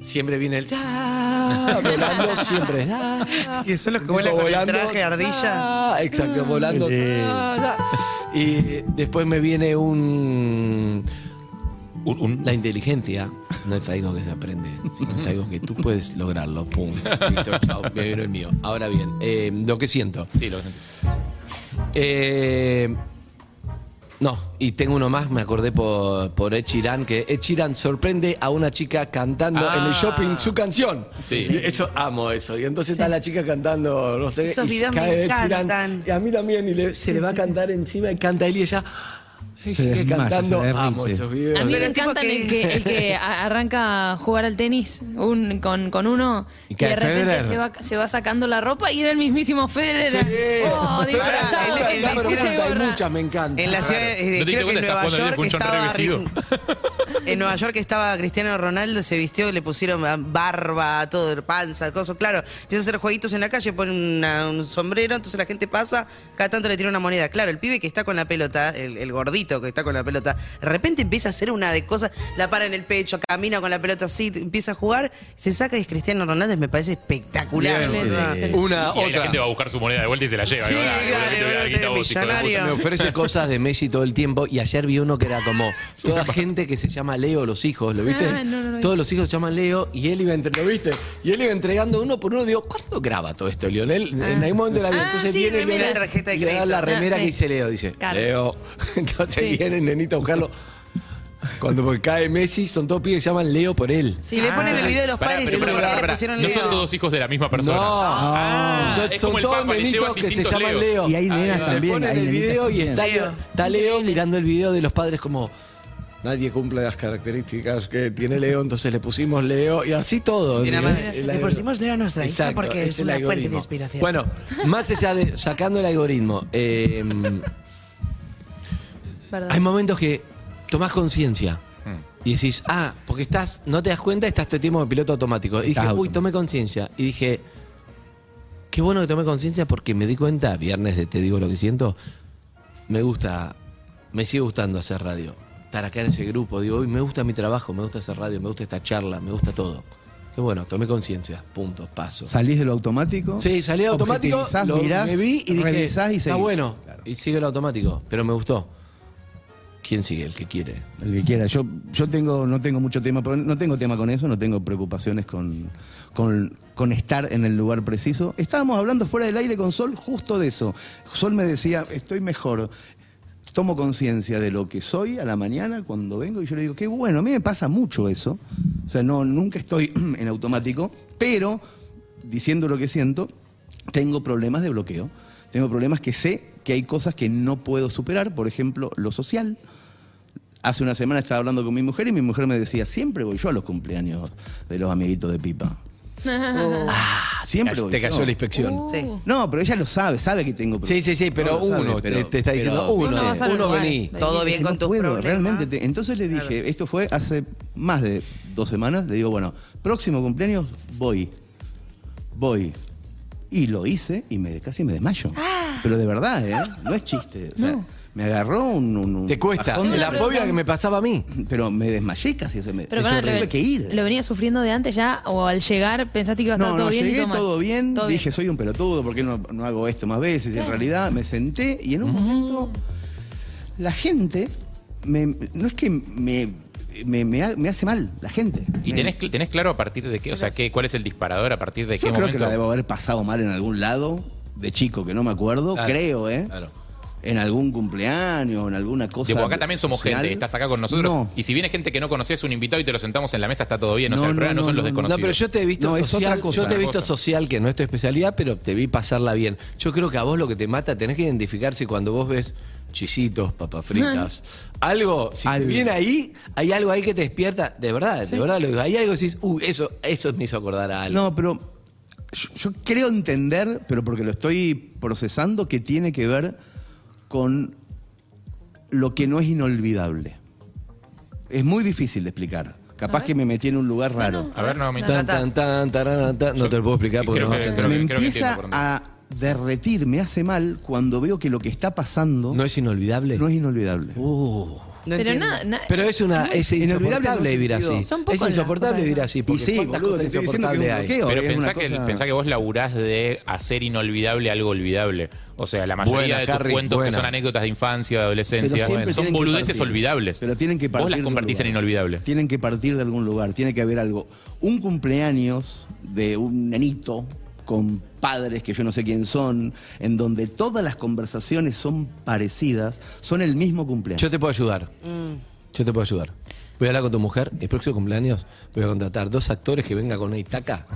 S4: Siempre viene el. ah, volando, siempre. ah,
S8: Que son los que
S4: Tipo
S8: vuelan con el
S4: volando,
S8: traje de ardilla.
S4: ah, exacto, volando. ah, ah. Y después me viene un.
S5: Un- un-
S4: La inteligencia no es algo que se aprende, sino es algo que tú puedes lograrlo. Pum. Listo, chao, me vino el mío. Ahora bien, eh, lo que siento.
S5: Sí, lo
S4: Eh, no, y tengo uno más, me acordé por, por Ed Sheeran, que Ed Sheeran sorprende a una chica cantando
S5: Ah.
S4: en el shopping su canción.
S5: Sí.
S4: Y Eso, amo eso. Y entonces está la chica cantando, no sé,
S8: Esos
S4: y se
S8: videos me
S4: cae Ed Sheeran.
S8: encantan.
S4: Y a mí también, y le- se le va a cantar encima y canta él y ella. Y
S7: Se
S4: sigue
S7: desmaya,
S4: cantando.
S7: se derrite.
S4: Amo esos videos.
S6: A mí
S8: Pero
S6: me
S8: el tipo
S6: encantan
S8: que-
S6: el que, el que a- arranca a jugar al tenis un- con, con uno
S4: Y
S6: y
S4: que
S6: de repente
S4: Federer.
S6: se va, se va sacando la ropa y era el mismísimo Federer. Oh,
S4: Pero pará,
S6: disfrazado,
S8: el-
S6: con
S8: el-
S6: la
S8: el-
S4: pero
S8: hicieron-
S6: pucha
S4: hay
S6: gorra.
S4: muchas, me encanta.
S8: En la ciudad, eh,
S5: ¿No te diste
S8: creo que
S5: cuenta?
S8: en Nueva
S5: Estás
S8: York
S5: jugando al
S8: estaba
S5: punchón
S8: en Nueva York estaba Cristiano Ronaldo, se vistió, le pusieron barba, todo, panza, cosas, claro. Empieza a hacer jueguitos en la calle, pone una- un sombrero, entonces la gente pasa, cada tanto le tira una moneda. Claro, el pibe que está con la pelota, el, el gordito que está con la pelota, de repente empieza a hacer una de cosas, la para en el pecho, camina con la pelota así, empieza a jugar, se saca y es Cristiano Ronaldo, me parece espectacular.
S4: Bien,
S8: boludo.
S4: eh, Una,
S5: Y ahí la
S4: otra.
S5: gente va a buscar su moneda de vuelta y se la lleva.
S8: Sí,
S5: ¿no? Dale, te
S8: dale,
S5: voy a dar
S8: boludo,
S5: guita a vos, hijo de puta.
S8: millonario.
S4: Me ofrece cosas de Messi todo el tiempo y ayer vi uno que era como toda gente que se llama Leo los hijos, ¿lo viste?
S6: Ah, no, no lo vi.
S4: Todos los hijos se llaman Leo y él iba entre, ¿lo viste? Y él iba entregando uno por uno, digo, ¿cuándo graba todo esto, Lionel? En algún momento de la vida.
S6: Ah,
S4: Entonces
S6: sí,
S4: viene
S6: remeras.
S4: Lionel
S8: Tarjeta de
S4: y le da
S8: crédito.
S4: la remera
S6: Ah, sí.
S4: que dice Leo, dice,
S6: Claro.
S4: Leo. Entonces
S6: Sí.
S4: viene el nenito a buscarlo. Cuando porque cae Messi, son todos pibes que se llaman Leo por él.
S6: Sí,
S8: Y le ponen el video de los
S5: Ah, Pará,
S8: padres
S5: pero
S8: y
S5: pará,
S8: seguro
S5: pará,
S8: que le
S5: pará.
S8: pusieron el
S5: No
S8: video.
S5: son todos hijos de la misma persona.
S4: No.
S5: Ah,
S4: No,
S5: es
S4: son
S5: como el
S4: todos
S5: Papa, le llevan
S4: nenitos que se
S5: distintos
S4: llaman
S5: Leos.
S4: Leo.
S7: Y hay nenas
S5: va.
S4: Ah, Le
S7: también.
S4: ponen
S7: hay
S4: el
S7: nenitas
S4: video y
S7: también.
S4: está Leo, está Leo mirando el video de los padres como nadie cumple las características que tiene Leo, entonces le pusimos Leo y así todo.
S8: Y nada
S4: ¿entendés?
S8: más,
S4: El
S8: le
S4: algor-
S8: pusimos Leo a nuestra hija porque es
S4: el
S8: una fuente de
S4: algoritmo.
S8: inspiración.
S4: Bueno, más allá de sacando el algoritmo, eh,
S6: Perdón.
S4: hay momentos que tomás conciencia. Y decís, ah, porque estás, no te das cuenta, estás todo el tiempo de piloto automático. Y dije,
S7: Estás
S4: uy,
S7: automático.
S4: tomé conciencia. Y dije, Qué bueno que tomé conciencia porque me di cuenta, viernes de Te Digo Lo Que Siento, me gusta, me sigue gustando hacer radio. Estar acá en ese grupo, digo, uy, me gusta mi trabajo, me gusta hacer radio, me gusta esta charla, me gusta todo. Qué bueno, tomé conciencia, punto, paso.
S7: Salís de lo automático.
S4: Sí, salí de automático,
S7: objetivizás,
S4: lo,
S7: mirás,
S4: me vi y dije,
S7: revisás y
S4: está
S7: seguís".
S4: bueno,
S7: Claro.
S4: y sigue el automático, pero me gustó. ¿Quién sigue? El que quiere.
S7: El que quiera. Yo, yo tengo, no tengo mucho tema, pero no tengo tema con eso, no tengo preocupaciones con, con, con estar en el lugar preciso. Estábamos hablando fuera del aire con Sol justo de eso. Sol me decía, estoy mejor. Tomo conciencia de lo que soy a la mañana cuando vengo y yo le digo, qué bueno, a mí me pasa mucho eso. O sea, no, nunca estoy en automático, pero diciendo lo que siento, tengo problemas de bloqueo. Tengo problemas que sé que hay cosas que no puedo superar, por ejemplo, lo social. Hace una semana estaba hablando con mi mujer y mi mujer me decía, siempre voy yo a los cumpleaños de los amiguitos de Pipa. Ah, siempre voy
S4: Te
S7: yo.
S4: cayó la inspección.
S8: Sí.
S7: No, pero ella lo sabe, sabe que tengo
S4: Sí,
S7: problemas.
S4: sí, sí, pero
S7: No, lo sabe,
S4: uno,
S7: pero-
S4: te, te está diciendo
S7: pero-
S4: uno,
S6: Uno
S4: uno,
S6: vas a los lugares.
S4: vení.
S8: Todo
S7: Dije,
S8: bien
S7: no
S8: con tus
S7: puedo,
S8: problemas.
S7: realmente. te- entonces le dije, esto fue hace más de dos semanas, le digo, bueno, próximo cumpleaños voy, voy. Y lo hice y me casi me desmayo. Pero de verdad, ¿eh? No es chiste. O sea, Me agarró un... un- un
S4: Te cuesta,
S7: bajón de-
S4: la fobia que me pasaba a mí.
S7: Pero me desmayé casi. O sea, me,
S6: Pero
S7: es
S6: pará,
S7: horrible.
S6: lo,
S7: Tuve que ir.
S6: ¿Lo venía sufriendo de antes ya? ¿O al llegar pensaste que iba a estar
S7: No,
S6: todo
S7: no,
S6: bien? y
S7: llegué
S6: mal?
S7: todo bien,
S6: Todo
S7: dije, soy un pelotudo, ¿por qué no, no hago esto más veces? Y en realidad me senté y en un momento la gente, me- no es que me, me- me ha- me hace mal, la gente.
S5: ¿Y
S7: Me-
S5: tenés, cl- tenés claro a partir de qué? O sea, ¿qué, ¿cuál es el disparador? ¿A partir de
S7: yo
S5: qué
S7: creo
S5: momento?
S7: que la debo haber pasado mal en algún lado, de chico, que no me acuerdo,
S4: Claro,
S7: creo, ¿eh?
S4: claro.
S7: En algún cumpleaños, en alguna cosa.
S5: Tipo, acá también somos
S7: social.
S5: gente, estás acá con nosotros.
S7: No,
S5: Y si viene gente que no conoces, un invitado y te lo sentamos en la mesa, está todo bien. O sea,
S7: No,
S5: el problema
S7: no,
S5: no, son
S7: no,
S5: los
S7: no, no.
S5: desconocidos.
S4: No, pero yo te he visto
S7: No, es
S4: social,
S7: otra cosa.
S4: yo te he visto
S5: Otra cosa.
S4: social, que no es tu especialidad, pero te vi pasarla bien. Yo creo que a vos lo que te mata, tenés que identificar si cuando vos ves chisitos, papas fritas. Algo, si te
S7: Ah. Algo.
S4: viene ahí, hay algo ahí que te despierta, de verdad, de verdad lo digo. Hay algo que decís, uh, eso, eso me hizo acordar a algo.
S7: No, pero yo, yo creo entender, pero porque lo estoy procesando, que tiene que ver con lo que no es inolvidable. Es muy difícil de explicar. Capaz que me metí en un lugar raro.
S5: A ver, no, me
S4: Tan, tan, tan, tarara, tan. No te lo puedo explicar porque
S5: Creo
S4: no,
S5: que-
S4: hace-
S5: creo
S7: me
S5: que entiendo
S7: empieza
S5: por dónde.
S7: a derretir, me hace mal cuando veo que lo que está pasando
S4: no
S7: no es,
S4: es inolvidable.
S7: inolvidable.
S8: No
S6: Pero
S8: entiendo.
S6: nada, na-
S4: Pero es una es
S7: Inolvidable
S4: insoportable
S7: en un
S4: vivir
S7: sentido.
S4: así.
S6: Son
S4: Es
S6: pocas las
S4: insoportable
S6: cosas
S4: vivir
S6: que-
S4: así.
S7: Y
S4: Porque
S7: sí,
S4: cuántas
S7: boludo,
S4: cosas
S7: te estoy diciendo que es un
S4: insoportables hay.
S7: bloqueo.
S5: Pero
S7: es una
S5: pensá que,
S7: cosa-
S5: pensá que vos laburás de hacer inolvidable algo olvidable. O sea, la mayoría
S4: Buena,
S5: de tus
S4: Harry,
S5: cuentos
S4: buena.
S5: que son anécdotas de infancia, de adolescencia,
S7: siempre
S5: son
S7: tienen que
S5: boludeces
S7: partir.
S5: olvidables.
S7: Pero tienen que
S5: vos
S7: partir
S5: las
S7: de un
S5: convertís en
S7: lugar.
S5: inolvidable.
S7: Tienen que partir de algún lugar, tiene que haber algo. Un cumpleaños de un nenito con padres que yo no sé quién son, en donde todas las conversaciones son parecidas, son el mismo cumpleaños.
S4: Yo te puedo ayudar.
S8: Mm.
S4: Yo te puedo ayudar. Voy a hablar con tu mujer. El próximo cumpleaños voy a contratar dos actores que vengan con una itaca,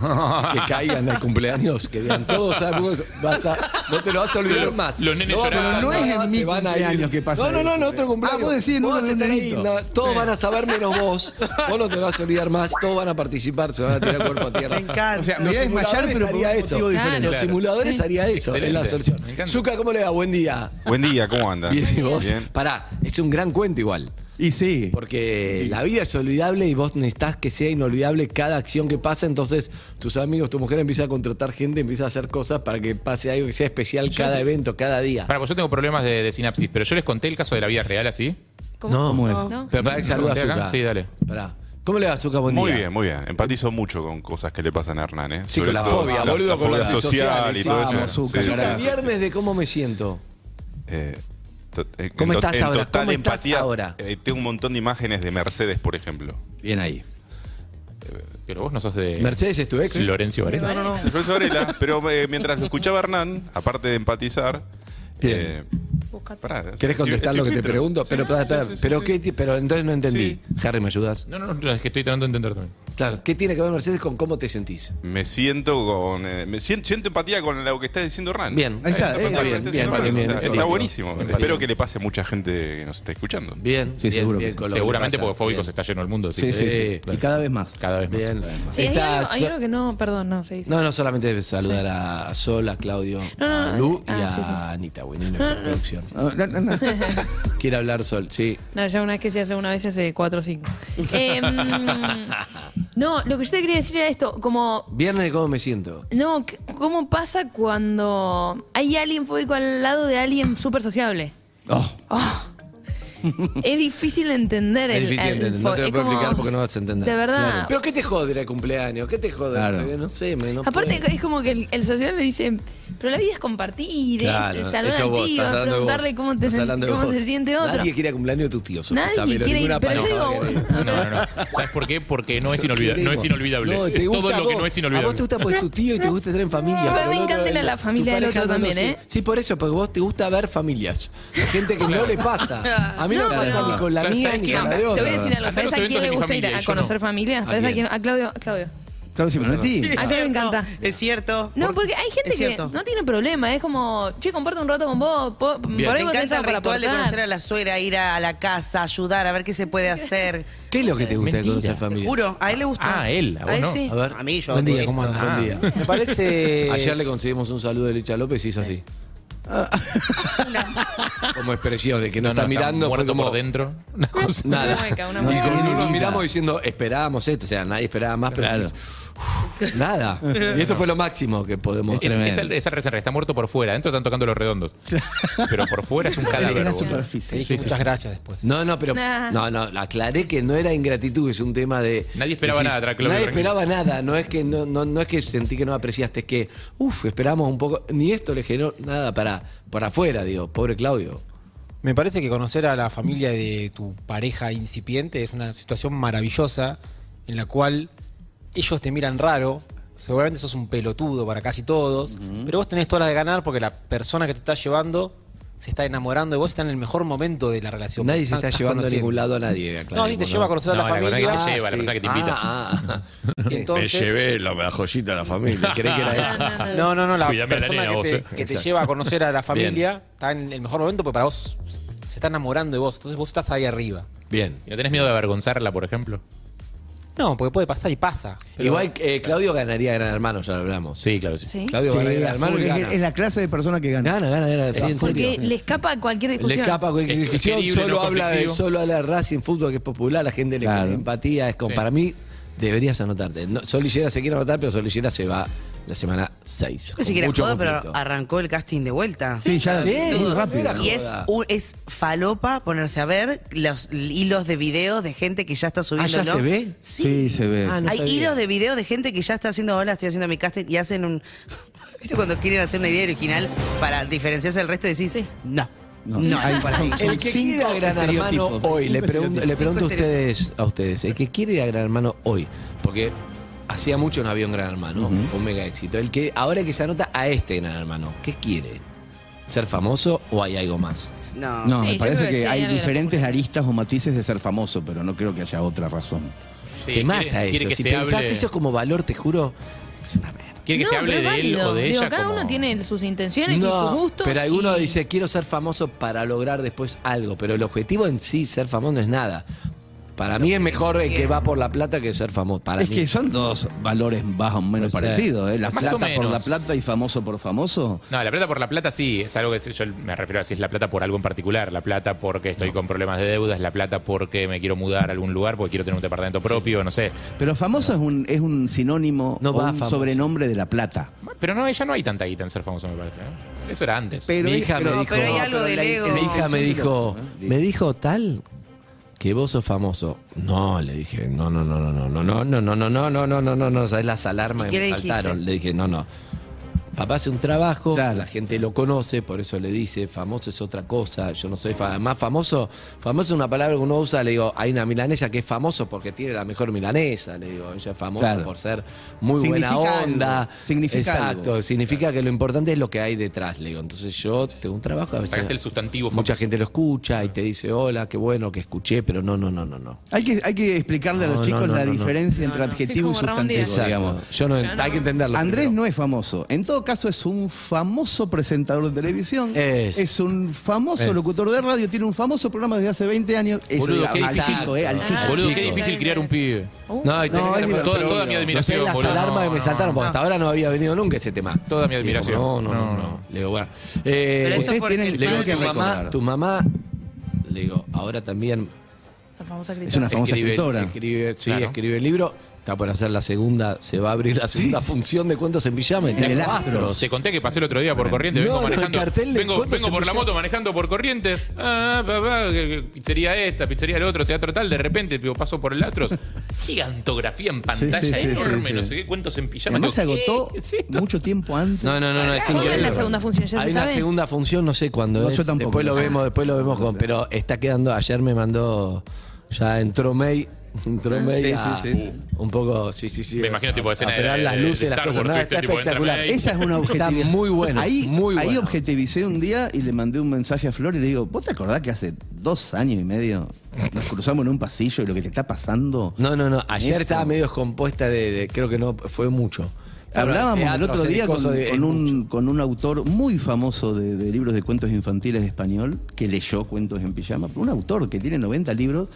S4: que caigan al cumpleaños, que vean todos. ¿sabes? Vos Vas a, no te lo vas a olvidar
S5: Los-
S4: más.
S5: los nenes
S4: no, pero
S5: llorando.
S4: no
S7: No
S4: es
S7: es
S4: en
S7: en
S4: mi
S7: mi cumpleaños que pasa
S4: No, no, no,
S7: eso,
S4: en otro
S7: sí.
S4: cumpleaños.
S7: Ah, vos decís en
S4: Vos
S7: uno
S4: vas a
S7: de un
S4: estar ahí,
S7: nenito.
S4: no, todos van a saber menos vos. Vos no te lo vas a olvidar más. Todos van a participar, se van a tirar cuerpo a tierra.
S8: Me encanta.
S7: O sea, me
S4: Los
S7: voy a desmayar,
S4: simuladores
S7: pero por un
S4: haría eso.
S7: motivo diferente.
S4: Los simuladores haría eso, es la
S5: Excelente.
S4: solución.
S5: Me encanta.
S4: Zuka, ¿cómo le va? Buen día.
S10: Buen día, ¿cómo andan?
S4: Bien, ¿y vos? Pará, es un gran cuento igual.
S7: Y sí,
S4: Porque la vida es olvidable y vos necesitas que sea inolvidable cada acción que pasa. Entonces, tus amigos, tu mujer empieza a contratar gente, empieza a hacer cosas para que pase algo que sea especial cada evento, cada día.
S5: Para, pues yo tengo problemas de, de sinapsis, pero yo les conté el caso de la vida real así.
S6: ¿Cómo?
S4: No,
S7: ¿Cómo es?
S6: ¿No?
S4: Pero para que saluda a
S5: ¿Lo conté acá?
S4: Zucca.
S5: Sí, dale.
S4: Pará. ¿Cómo le va, Zucca? Buen
S10: Muy
S4: día.
S10: bien, muy bien. Empatizo mucho con cosas que le pasan a Hernán, ¿eh?
S4: Sí,
S10: Sobre
S4: con la
S10: todo
S4: fobia,
S10: la,
S4: boludo,
S10: la
S4: con
S10: fobia
S4: las redes
S10: social
S4: sociales,
S10: y todo
S4: vamos,
S10: eso.
S7: Zucca,
S10: Sí, sí,
S4: Zucca,
S7: carajo.
S10: sí, sí.
S4: viernes de cómo me siento.
S10: Eh, to- eh,
S4: ¿Cómo
S10: en to-
S4: estás
S10: en
S4: ahora?
S10: total
S4: ¿Cómo estás
S10: empatía,
S4: ahora?
S10: eh, tengo un montón de imágenes de Mercedes, por ejemplo.
S7: bien ahí.
S5: Pero vos no sos
S10: eh,
S5: de.
S4: Mercedes es tu ex.
S5: Lorenzo Varela.
S6: No, no, no.
S10: El profesor Varela, pero eh, mientras lo escuchaba Hernán, aparte de empatizar.
S4: Bien.
S10: pará, es
S4: ¿Querés
S10: un fil-
S4: contestar
S10: es
S4: lo
S10: un
S4: que te
S10: filtro.
S4: pregunto?
S10: Eh, Sí,
S4: pero,
S10: sí,
S4: pará,
S10: sí,
S4: pará,
S10: sí, sí,
S4: pero,
S10: sí.
S4: ¿qué ti- pero entonces no entendí. Harry, ¿me ayudas?
S5: No, no, no, es que estoy tratando de entender también.
S4: Claro, ¿qué tiene que ver Mercedes con cómo te sentís?
S10: Me siento con. eh, me siento, siento empatía con lo que está diciendo Hernán.
S4: Bien,
S7: Ahí está,
S10: Lo
S7: eh,
S10: que está
S4: bien,
S10: diciendo
S4: bien,
S10: Hernán,
S4: bien,
S10: o sea,
S4: bien,
S10: está
S4: empático.
S10: buenísimo.
S4: Empático.
S10: Espero que le pase a mucha gente que nos está escuchando.
S4: Bien,
S7: Sí,
S4: bien,
S7: seguro que
S4: bien
S7: sí.
S4: con lo que
S5: Seguramente
S4: pasa.
S5: porque fóbicos
S4: Bien.
S5: está lleno el mundo. así
S7: Sí,
S5: que-
S7: sí, sí.
S5: Claro.
S7: Y cada vez más.
S5: Cada vez más.
S4: Bien.
S6: Sí, hay,
S4: Está
S6: algo, hay
S4: Sol-
S6: algo que no, perdón, no se dice.
S4: No, no, solamente saludar a Sol, a Claudio,
S6: No, no,
S4: a Lu y
S6: ah,
S4: a
S6: sí, sí.
S4: Anita Buenino, nuestra producción.
S7: Ah, no, no, no.
S4: Quiere hablar Sol, sí.
S6: No, ya una vez que se hace una vez se hace cuatro o cinco. Em, no, lo que yo te quería decir era esto, como
S4: Viernes de cómo me siento.
S6: no, c- ¿cómo pasa cuando hay alguien fóbico al lado de alguien súper sociable?
S7: Oh,
S6: Es difícil de entender
S4: Es
S6: el,
S4: difícil de
S6: el
S4: entender,
S6: fo-
S4: no te lo
S6: es
S4: puedo
S6: como-
S4: explicar porque no vas a entender.
S6: De verdad.
S4: ¿Pero qué te jode el cumpleaños? ¿Qué te jode?
S7: Claro.
S4: No sé, me, no
S6: Aparte
S4: puedo.
S6: es como que el, el social le dice, pero la vida es compartir, es-
S4: Claro,
S6: es saludar
S4: eso
S6: al
S4: vos,
S6: tío,
S4: estás hablando de vos.
S6: preguntarle cómo, te,
S4: Estás hablando de
S6: cómo
S4: vos.
S6: se siente otro.
S4: Nadie quiere cumpleaños de tus tíos. Sofía,
S6: Nadie
S4: sabelo,
S6: quiere ir,
S4: ninguna
S6: pero yo
S4: pareja
S6: digo,
S4: va a querer.
S5: No, no, no. ¿Sabes por qué? Porque no es inolvidable. No es inolvidable.
S4: No, te
S5: Todo
S4: gusta a
S5: lo que
S4: vos. A
S5: no es
S4: vos te
S5: inolvidable.
S4: gusta porque es tu tío y te gusta estar en familia.
S6: Pero a
S4: pero
S6: mí
S4: no
S6: me encanta
S4: te-
S6: la
S4: tu
S6: familia del
S4: pareja
S6: otro
S4: no lo
S6: también,
S4: sé.
S6: ¿eh?
S4: Sí, por eso, porque vos te gusta ver familias. Hay gente que no le pasa. A mí no,
S6: No,
S4: me pasa
S6: pero-
S4: ni con la
S5: Claro,
S4: mía
S5: ¿sabes
S4: ni
S5: qué?
S4: con la de
S6: Te voy
S4: otra. Ah,
S6: a decir algo.
S5: Acá
S6: ¿Sabes
S5: los
S6: a
S5: eventos
S6: quién le
S5: de mi
S6: gusta ir
S5: familia,
S6: a
S5: yo
S6: conocer
S5: no.
S6: familia? ¿Sabes
S4: ¿A
S6: a,
S4: quién?
S6: quién? A Claudio. A Claudio.
S7: claro, sí, pero a ti.
S6: A mí me encanta.
S8: Es cierto.
S6: No, porque hay gente
S8: Es
S6: que
S8: cierto.
S6: no tiene problema. Es como, che, comparto un rato con vos. po- Por
S8: Me
S6: ahí vos tenés
S8: encanta el
S6: algo para
S8: ritual de
S6: aportar.
S8: conocer a la suegra, ir a, a la casa, ayudar, a ver qué se puede hacer.
S4: ¿Qué es lo que te gusta de
S5: Mentira.
S4: conocer
S8: Te
S4: familia?
S8: juro, a él le gusta.
S5: Ah, a él, a vos
S8: él
S5: no.
S8: sí.
S4: A ver.
S8: A mí yo.
S4: Buen día,
S8: detesto.
S4: ¿cómo andas?
S5: Ah.
S4: Buen día.
S9: Me parece.
S4: Ayer le conseguimos un saludo de Licha López y hizo así. Como expresión, de que Ah. no,
S5: No, no,
S4: está mirando, fue
S5: muerto
S4: como
S5: por dentro. Eh, Una cosa.
S4: nada.
S6: Una mueca, una
S4: y
S6: mueca.
S4: con uno nos
S7: Nada.
S4: miramos diciendo, esperábamos esto, o sea, nadie esperaba más, pero decís, "Uf, nada. Y esto fue lo máximo que podemos.
S5: Es, es el- es el reserva, está muerto por fuera. Adentro están tocando los redondos. Pero por fuera es un cadáver.
S7: Es la
S5: boludo.
S7: superficie.
S5: Sí, sí, sí.
S4: No, no, pero
S6: Nah.
S4: no, no, aclaré que no era ingratitud, es un tema de
S5: Nadie esperaba nada, tranquilo,
S4: Nadie
S5: tranquilo.
S4: esperaba nada, no es que no, no, no es que sentí que no apreciaste, es que uff, esperamos un poco, ni esto le generó nada para por afuera, digo, pobre Claudio.
S11: Me parece que conocer a la familia de tu pareja incipiente es una situación maravillosa en la cual ellos te miran raro. Seguramente sos un pelotudo para casi todos, pero vos tenés todas las de ganar porque la persona que te está llevando se está enamorando de vos, está en el mejor momento de la relación.
S4: Nadie se
S11: Estás-
S4: está
S11: estás
S4: llevando a
S11: conociendo.
S4: ningún lado a nadie,
S11: No,
S4: aclaremos,
S11: sí te lleva a conocer a
S5: No,
S11: la
S5: la persona que
S11: familia.
S5: te lleva, la persona que te invita.
S4: Ah, ah, ah.
S11: y entonces,
S4: Me llevé la, la joyita de la familia, creí que era eso.
S11: No, no, no, la
S5: Cuidame la
S11: persona
S5: nena,
S11: que,
S5: vos,
S11: te,
S5: eh.
S11: que te
S4: Exacto.
S11: lleva a conocer a la familia está en el mejor momento porque para vos está enamorando de vos, entonces vos estás ahí arriba.
S4: Bien.
S5: ¿Y no tenés miedo de avergonzarla, por ejemplo?
S11: No, porque puede pasar y pasa. Pero
S4: Igual eh, Claudio ganaría Gran Hermano, ya lo hablamos.
S5: Sí, claro, sí.
S6: ¿Sí?
S4: Claudio
S7: Sí,
S4: ganaría
S7: a
S4: Gran Hermano
S7: full,
S4: y
S7: es,
S4: gana.
S7: es la clase de persona que gana.
S4: Gana, gana, gana. sí, en
S6: Porque
S4: serio.
S6: le escapa cualquier
S4: Le
S6: discusión.
S4: escapa cualquier
S5: Es
S4: discusión,
S5: querible,
S4: solo
S5: no
S4: habla de
S5: conflictivo.
S4: solo habla de Racing Fútbol que es popular, la gente le
S7: Claro.
S4: pone empatía, es como
S5: Sí.
S4: para mí deberías anotarte. No, Solillera se quiere anotar, pero Solillera se va la semana 6.
S8: Pues si querés joda, pero arrancó el casting de vuelta.
S7: Sí, ya muy rápido.
S8: Y es, un- es falopa ponerse a ver los hilos de videos de gente que ya está subiendo.
S4: ¿ya se ve?
S8: Sí.
S7: Sí, se ve.
S4: Ah, no
S8: Hay
S4: sabía.
S8: hilos de videos de gente que ya está haciendo, hola, estoy haciendo mi casting y hacen un... ¿Viste cuando quieren hacer una idea original para diferenciarse del resto y decís,
S6: Sí.
S8: no, no,
S7: No,
S8: es
S7: hay-
S8: para
S7: son-
S8: mí"?
S7: son-
S4: El que
S7: cinco
S4: quiere ir a Gran Hermano
S7: estereotipos.
S4: hoy, le
S7: Cinco
S4: pregunto, le
S7: estereotipos.
S4: pregunto a
S8: Cinco
S4: ustedes, a ustedes, el que quiere ir a Gran Hermano hoy, porque hacía mucho no había un Gran Hermano, fue un mega éxito. El que ahora que se anota a este Gran Hermano, ¿qué quiere? ¿Ser famoso o hay algo más?
S8: No.
S7: No,
S6: Sí,
S7: me
S6: yo
S7: parece
S6: creo que
S7: que
S6: sí,
S7: hay
S6: algo de la
S7: diferentes
S6: popularidad.
S7: aristas o matices de ser famoso, pero no creo que haya otra razón.
S5: Sí,
S4: te mata
S5: quiere,
S4: eso.
S5: quiere que
S4: si
S5: se
S4: pensás
S5: hable,
S4: eso como valor, te juro, es una mierda.
S5: quiere que
S6: No,
S5: se hable
S6: pero
S5: de
S6: es
S5: él
S6: válido.
S5: o de
S6: Digo,
S5: ella.
S6: Cada
S5: como-
S6: uno tiene sus intenciones y sus gustos.
S4: Pero alguno
S6: y-
S4: dice, quiero ser famoso para lograr después algo. Pero el objetivo en sí, ser famoso, no es nada. Para mí es mejor el que va por la plata que ser famoso. Para
S7: Es
S4: mí.
S7: que son dos valores más o menos
S4: Puede ser.
S7: parecidos. ¿eh? La
S5: Más o
S7: plata por
S5: menos.
S7: la plata y famoso por famoso.
S5: No, la plata por la plata sí, es algo que yo me refiero a si es la plata por algo en particular, la plata porque estoy con problemas de deudas, la plata porque me quiero mudar a algún lugar, porque quiero tener un departamento propio, no sé.
S7: Pero famoso es un, es un sinónimo
S4: No
S7: o
S4: va
S7: un
S4: famoso.
S7: sobrenombre de la plata.
S5: Pero no, ya no hay tanta guita en ser famoso, me parece. ¿no? Eso era antes.
S7: Pero
S4: Mi
S7: es-
S4: hija me dijo.
S8: pero hay algo del
S7: la-
S8: ego.
S7: la
S4: Mi hija me dijo,
S7: intención de lo-
S4: me dijo tal que vos sos famoso. No, le dije, no, no, no, no, no, no, no, no, no, no, no, no, no, no, no, no, sabes las alarmas
S8: ¿Y
S4: que
S8: qué
S4: me
S8: le dijiste?
S4: saltaron. Le dije, no, no. Papá hace un trabajo,
S7: Claro.
S4: la gente lo conoce, por eso le dice, famoso es otra cosa, yo no soy famoso. Más famoso, famoso es una palabra que uno usa, le digo, hay una milanesa que es famoso porque tiene la mejor milanesa, le digo, ella es famosa
S7: Claro.
S4: por ser muy
S7: Significa
S4: buena
S7: algo,
S4: onda.
S7: significa algo.
S4: Exacto, significa que lo importante es lo que hay detrás, le digo. Entonces yo tengo un trabajo a veces.
S5: Sacaste el sustantivo famoso.
S4: Mucha gente lo escucha y te dice, hola, qué bueno que escuché, pero no, no, no, no, no.
S7: Hay que, hay que
S4: No,
S7: explicarle a
S4: no,
S7: los chicos
S4: no,
S7: la
S4: no, no.
S7: diferencia entre
S6: No, no.
S7: adjetivo y
S6: Es como
S7: sustantivo,
S6: redondear.
S4: Exacto.
S7: digamos.
S4: Yo no, hay que entenderlo.
S7: Andrés
S4: primero.
S7: no es famoso. En todo caso, es un famoso presentador de televisión.
S4: Es.
S7: un famoso
S4: Es.
S7: locutor de radio. Tiene un famoso programa desde hace 20 años. Es
S5: Boludo,
S7: el-
S5: qué
S7: al
S5: difícil.
S7: chico, ¿eh? Al chico.
S6: Ah,
S5: Boludo,
S6: chico.
S5: qué difícil criar un pibe.
S6: Uh,
S4: No, y tenés
S7: No,
S4: que
S7: es
S4: saber-
S5: Toda, toda
S4: No sé
S7: No
S5: mi admiración,
S4: las
S5: boludo,
S4: alarmas
S5: no,
S4: que me
S5: no.
S4: saltaron, porque hasta ahora no había venido nunca ese tema.
S5: Ah. Toda mi
S4: Le digo,
S5: admiración.
S4: No, no, no,
S5: No,
S4: no.
S5: no.
S4: Le digo, bueno. eh,
S8: Pero eso
S4: usted-
S7: Ustedes
S8: porque
S7: tienen,
S8: el
S4: le
S7: tienen
S4: digo,
S7: que
S4: tu mamá,
S7: recordar.
S4: tu mamá, le digo, ahora también
S6: Esa famosa
S7: Es una
S4: Ah,
S6: crítica.
S7: famosa
S4: escribe,
S7: escritora.
S4: Escribe, sí,
S5: Claro.
S4: escribe el libro. Está por hacer la segunda, se va a abrir la segunda función de cuentos en pijama.
S7: En el
S4: Tengo
S7: Astros.
S4: astros.
S5: Te conté que pasé el otro día por corriente,
S4: No,
S5: vengo
S4: no, el
S5: manejando.
S4: cartel de
S5: vengo
S4: cuántos
S5: vengo por la
S4: semillas-
S5: moto manejando por corriente. Ah, papá, que- que pizzería esta, pizzería el otro, teatro tal, de repente digo, paso por el Atros. Gigantografía en pantalla
S7: sí, sí,
S5: enorme,
S7: sí, sí.
S5: no sé qué, cuentos en pijama.
S7: Además, se
S5: Digo, ¿qué?
S7: agotó
S5: ¿Qué es esto?
S7: mucho tiempo antes.
S4: No, no, no, no, es
S6: ¿Cuándo
S4: increíble.
S6: es la segunda función? ¿Ya se
S4: Hay una
S6: sabe?
S4: segunda función, no sé cuándo
S7: No,
S4: es.
S7: yo tampoco,
S4: Después
S7: no
S4: lo
S7: sé.
S4: vemos, después lo vemos con. Pero está quedando. Ayer me mandó. Ya entró May.
S6: Ah.
S4: Entró May.
S7: Sí,
S4: a-
S7: sí, sí, sí.
S4: Un poco. Sí, sí, sí.
S5: Me imagino tipo de escena
S4: a pegar
S5: de-
S4: las
S5: de-
S4: luces,
S5: de
S4: las
S5: Star
S4: cosas.
S5: Wars,
S4: nada,
S5: ¿viste?
S4: está
S5: Tipo, entra
S4: espectacular.
S5: May.
S7: Esa es una
S4: Está
S7: objetividad.
S4: muy buena.
S7: Ahí,
S4: muy
S7: ahí
S4: buena.
S7: objetivicé un día y le mandé un mensaje a Flor y le digo, ¿vos te acordás que hace dos años y medio nos cruzamos en un pasillo y lo que te está pasando?
S4: No, no, no. Ayer
S7: Esto.
S4: estaba medio descompuesta de, de- Creo que no fue mucho.
S7: Hablábamos
S4: Teatro,
S7: el otro
S4: hacer
S7: día con,
S4: cosas de-
S7: con
S4: es mucho.
S7: un, con un autor muy famoso de, de libros de cuentos infantiles de español, que leyó cuentos en pijama, un autor que tiene 90 libros,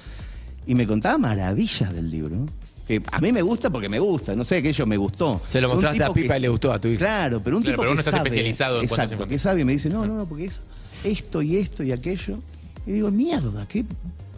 S7: y me contaba maravillas del libro. Que a mí me gusta porque me gusta, no sé, que yo me gustó.
S4: Se lo
S7: Un
S4: mostraste
S7: tipo
S4: a Pipa
S7: que-
S4: y le gustó a tu hija.
S7: Claro, pero un
S5: Claro,
S7: tipo
S5: pero vos
S7: que
S5: no estás
S7: sabe,
S5: especializado en cuentos
S7: Exacto, que
S5: infantiles.
S7: sabe y me dice, no, no, no, porque es esto y esto y aquello. Y digo, mierda, qué,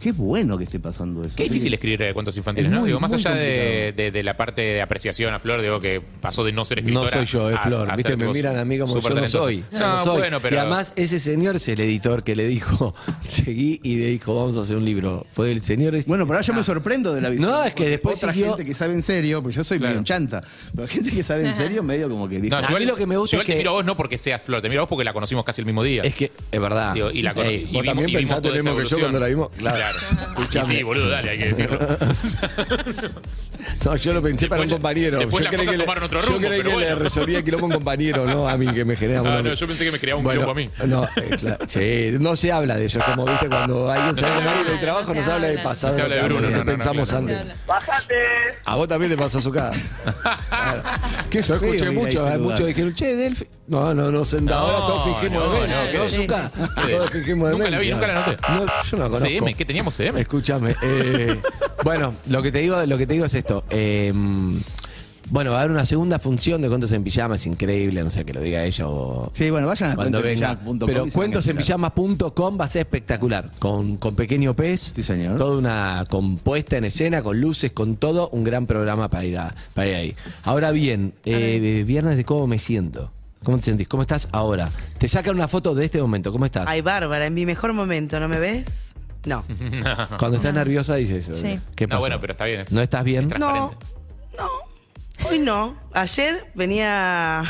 S7: qué bueno que esté pasando eso.
S5: Qué
S7: Sí.
S5: difícil escribir eh, cuentos infantiles,
S7: Es
S5: ¿no?
S7: muy,
S5: Digo, más
S7: muy
S5: allá de, de- de la parte de apreciación a Flor, digo que pasó de no ser escritora.
S4: No soy yo, eh,
S5: a-
S4: Flor.
S5: a
S4: Viste,
S5: ser,
S4: me
S5: tipo,
S4: miran a mí como yo
S5: súper
S4: no
S5: talentosa.
S4: soy. yo
S5: No,
S4: no soy.
S5: bueno, pero.
S4: Y además, ese señor es el editor que le dijo, seguí y le dijo, vamos a hacer un libro. Fue el señor. este.
S7: Bueno, pero ahora yo me sorprendo de la visión.
S4: No, es que
S7: porque
S4: después
S7: Otra
S4: siguió-
S7: gente que sabe en serio, pues yo soy medio un chanta, pero gente que sabe en serio, medio como que "Ah, dijo.
S5: No, yo
S4: mí
S5: igual-
S4: lo que me gusta
S5: yo
S4: es
S5: igual te
S4: que-
S5: miro a vos no porque seas Flor, te miro a vos porque la conocimos casi el mismo día.
S4: es que, es verdad.
S5: Digo, y la cono-
S4: Ey,
S5: y
S4: vos
S5: vimos-
S4: también
S5: y vimos
S4: pensaste
S5: toda
S4: lo
S5: esa
S4: mismo que yo
S5: evolución.
S4: cuando la vimos. Claro.
S5: Claro. Claro. Y sí, boludo, dale, hay que decirlo.
S4: No, yo lo pensé para un compañero.
S5: después
S4: yo
S5: las cosas
S4: que, le,
S5: tomaron otro
S4: yo
S5: rumbo,
S4: creí
S5: pero
S4: que le
S5: bueno.
S4: resolvía quilombo a un compañero, no a mí, que me generaba
S5: Ah,
S4: un-
S5: no, yo pensé que me creaba un
S4: Bueno,
S5: quilombo a mí.
S4: No, eh, claro, sí, no se habla de eso. Es como, viste, cuando alguien se va a morir del trabajo, no se habla de
S6: habla.
S4: pasado.
S5: No se habla de
S4: claro,
S5: Bruno,
S4: no
S5: no, no, no,
S4: pensamos
S5: claro.
S4: antes. A vos también te pasó su cara.
S7: Qué
S4: Yo
S7: feo
S4: escuché
S7: ir a ese
S4: mucho, eh,
S7: lugar.
S4: muchos dijeron, che, Delphi. No, no, no, senda, ahora todos fingimos
S5: no,
S4: demencia.
S5: no,
S4: No,
S5: sí,
S4: Zucca?
S5: sí, sí.
S4: Todos fingimos
S5: Nunca la vi,
S4: demencia.
S5: nunca la noté.
S4: No, yo no la conozco.
S5: CM, ¿qué teníamos CM?
S4: Escúchame. eh, bueno, lo que te digo, lo que te digo es esto. eh, bueno, va a haber una segunda función de cuentos en pijama, es increíble, no sé que lo diga ella o.
S7: Sí, bueno, vayan a
S4: Cuando venga.
S7: cuentosenpijamas.com y se
S4: Pero
S7: van a enterar.
S4: cuentosenpijamas.com va a ser espectacular. Con, con pequeño pez.
S7: Sí, señor.
S4: Toda una compuesta en escena, con luces, con todo. Un gran programa para ir, a, para ir ahí. Ahora bien, eh, viernes de cómo me siento. ¿Cómo te sentís? ¿Cómo estás ahora? Te sacan una foto de este momento. ¿Cómo estás?
S8: Ay, Bárbara, en mi mejor momento, ¿no me ves? No.
S4: Cuando estás nerviosa dices eso.
S6: Sí.
S4: ¿Qué
S5: No,
S4: pasó?
S5: bueno, pero está bien, es-
S4: ¿No estás bien?
S8: No, no, hoy no. Ayer venía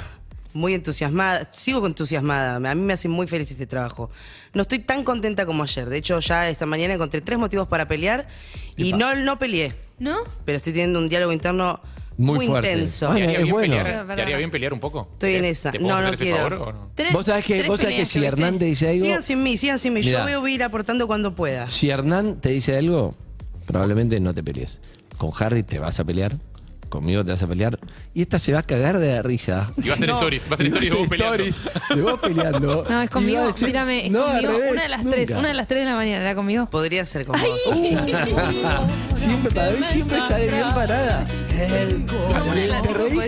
S8: muy entusiasmada, sigo entusiasmada, a mí me hace muy feliz este trabajo. No estoy tan contenta como ayer, de hecho ya esta mañana encontré tres motivos para pelear y no, no peleé,
S6: ¿No?
S8: pero estoy teniendo un diálogo interno
S4: Muy
S8: muy,
S4: fuerte.
S8: intenso.
S5: ¿Te
S4: Bueno,
S5: haría,
S4: es
S5: bien
S4: bueno.
S5: pelear,
S6: Sí,
S5: ¿Te haría bien pelear un poco?
S8: Estoy en esa.
S5: ¿Te podemos
S8: No, no
S5: hacer ese
S8: quiero.
S5: favor o no?
S6: Tres-
S4: Vos sabés que,
S6: tres
S4: vos sabés que
S6: peleas
S4: si
S6: tuviste.
S4: Hernán te dice algo.
S8: Sigan sin mí, sigan sin mí,
S4: Mirá.
S8: yo voy a ir aportando cuando pueda.
S4: Si Hernán te dice algo, probablemente no te pelees. Con Harry te vas a pelear, conmigo te vas a pelear, y esta se va a cagar de la risa.
S5: Y va a hacer stories, va a hacer stories de vos peleando.
S4: Stories de vos peleando.
S6: No, es
S4: Y
S6: conmigo.
S4: va a decir,
S6: Mírame, es
S4: "No, al
S6: conmigo.
S4: revés,
S6: una de las
S4: nunca". Ah,
S6: tres, una de las tres de la mañana, ¿era conmigo?
S8: Podría ser con vos.
S4: Siempre, para mí siempre sale bien parada.
S6: la-
S4: Te reís,
S6: podría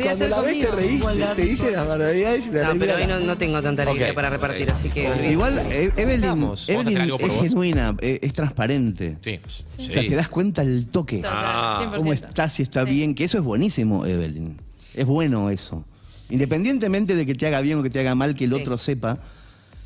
S4: cuando
S6: ser
S4: la ves te
S6: conmigo.
S4: reís, te dice las barbaridades y la
S8: No, pero hoy no,
S4: remirada.
S8: no tengo tanta alegría
S4: Ok.
S8: para repartir, así que olvídate.
S7: Igual, eh, Evelyn,
S4: Vamos
S5: a hacer
S7: Evelyn
S5: algo por
S7: es
S5: vos.
S7: genuina, eh, es transparente.
S5: Sí.
S7: O sea, te das cuenta el toque. Ah,
S6: Total, 100%.
S7: cómo está, si está bien, que eso es buenísimo, Evelyn. Es bueno eso. Independientemente de que te haga bien o que te haga mal, que el otro sepa,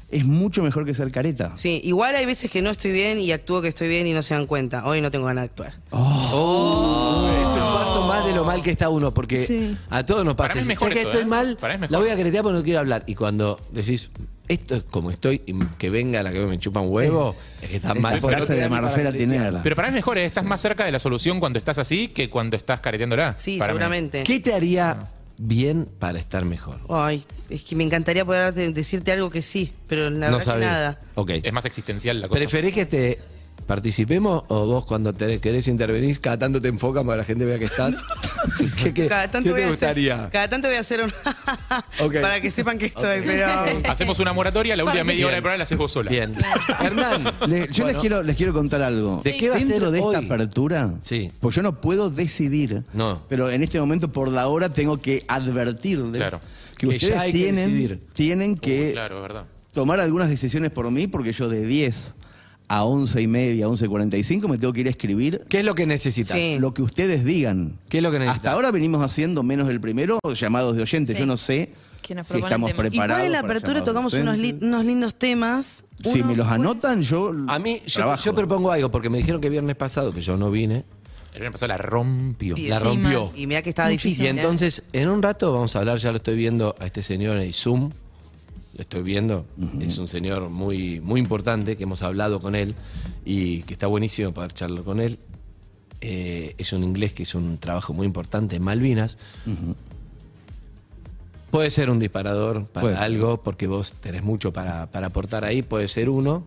S7: es mucho mejor que ser careta.
S8: Sí, igual hay veces que no estoy bien y actúo que estoy bien y no se dan cuenta. Hoy no tengo ganas de actuar.
S5: Oh.
S4: Es un paso más de lo mal que está uno, porque
S6: Sí.
S4: a todos nos pasa.
S5: Para mí es
S4: Si
S5: mejor
S4: sé que
S5: eso,
S4: estoy
S5: ¿eh?
S4: mal,
S5: Para mí es mejor.
S4: la voy a cretear porque no quiero hablar. Y cuando decís, esto es como estoy, y que venga la que me chupa un huevo, es que está
S7: Esta
S4: mal.
S7: frase de Marcela Tinera.
S5: Pero para mí es mejor, ¿eh? estás más cerca de la solución cuando estás así que cuando estás careteándola.
S8: Sí,
S5: para mí.
S8: seguramente.
S4: ¿Qué te haría bien para estar mejor?
S8: Ay, es que me encantaría poder de- decirte algo que sí, pero la
S4: no
S8: verdad que
S4: sabes.
S8: nada.
S4: Ok.
S5: Es más existencial la cosa.
S4: ¿Preferís que te participemos o vos cuando te- querés intervenir, cada tanto te enfocan para que la gente vea que estás? ¿Qué, qué-
S8: Cada tanto
S4: qué
S8: voy
S4: te
S8: a
S4: gustaría?
S8: Hacer, cada tanto voy a hacer un
S4: Ok.
S8: para que sepan que estoy, pero
S5: Hacemos una moratoria, la última media
S4: Bien.
S5: hora del programa la haces vos sola.
S4: Bien. Hernán.
S7: Le- yo les,
S4: Bueno.
S7: quiero, les quiero contar algo.
S4: ¿De qué va a
S7: Dentro
S4: ser
S7: de esta
S4: hoy?
S7: apertura,
S4: Sí.
S7: pues yo no puedo decidir,
S4: No.
S7: pero en este momento por la hora tengo que advertirles
S5: Claro.
S7: que
S4: Que ya
S7: ustedes
S4: hay que
S7: tienen,
S4: decidir.
S7: tienen que
S5: Claro, es verdad.
S7: tomar algunas decisiones por mí, porque yo de 10 a 11 y media, 11.45 me tengo que ir a escribir
S4: ¿Qué es lo que necesitas?
S8: Sí.
S7: lo que ustedes digan.
S4: ¿Qué es lo que necesitas?
S7: Hasta ahora venimos haciendo, menos el primero, llamados de oyentes.
S6: Sí.
S7: Yo no sé
S6: Que nos
S7: si
S6: proponen
S7: estamos
S6: temas.
S7: preparados.
S8: igual en la
S7: para
S8: apertura
S7: llamados
S8: tocamos
S7: de
S8: unos, li-
S7: oyentes.
S8: unos lindos temas.
S7: Si
S8: Uno
S7: me los
S8: fue-
S7: anotan, yo.
S4: A mí, yo,
S7: trabajo.
S4: yo propongo algo, porque me dijeron que viernes pasado, que yo no vine,
S5: El viernes pasado la rompió.
S8: Sí,
S4: la
S8: sí,
S4: rompió.
S8: mal. Y mira que estaba difícil.
S4: Y
S8: ¿eh?
S4: entonces, en un rato vamos a hablar, ya lo estoy viendo a este señor en el Zoom, lo estoy viendo, es un señor muy, muy importante, que hemos hablado con él y que está buenísimo poder charlar con él. Eh, es un inglés que hizo un trabajo muy importante en Malvinas. Puede ser un disparador para
S7: Puede ser.
S4: algo, porque vos tenés mucho para, para aportar ahí, puede ser uno.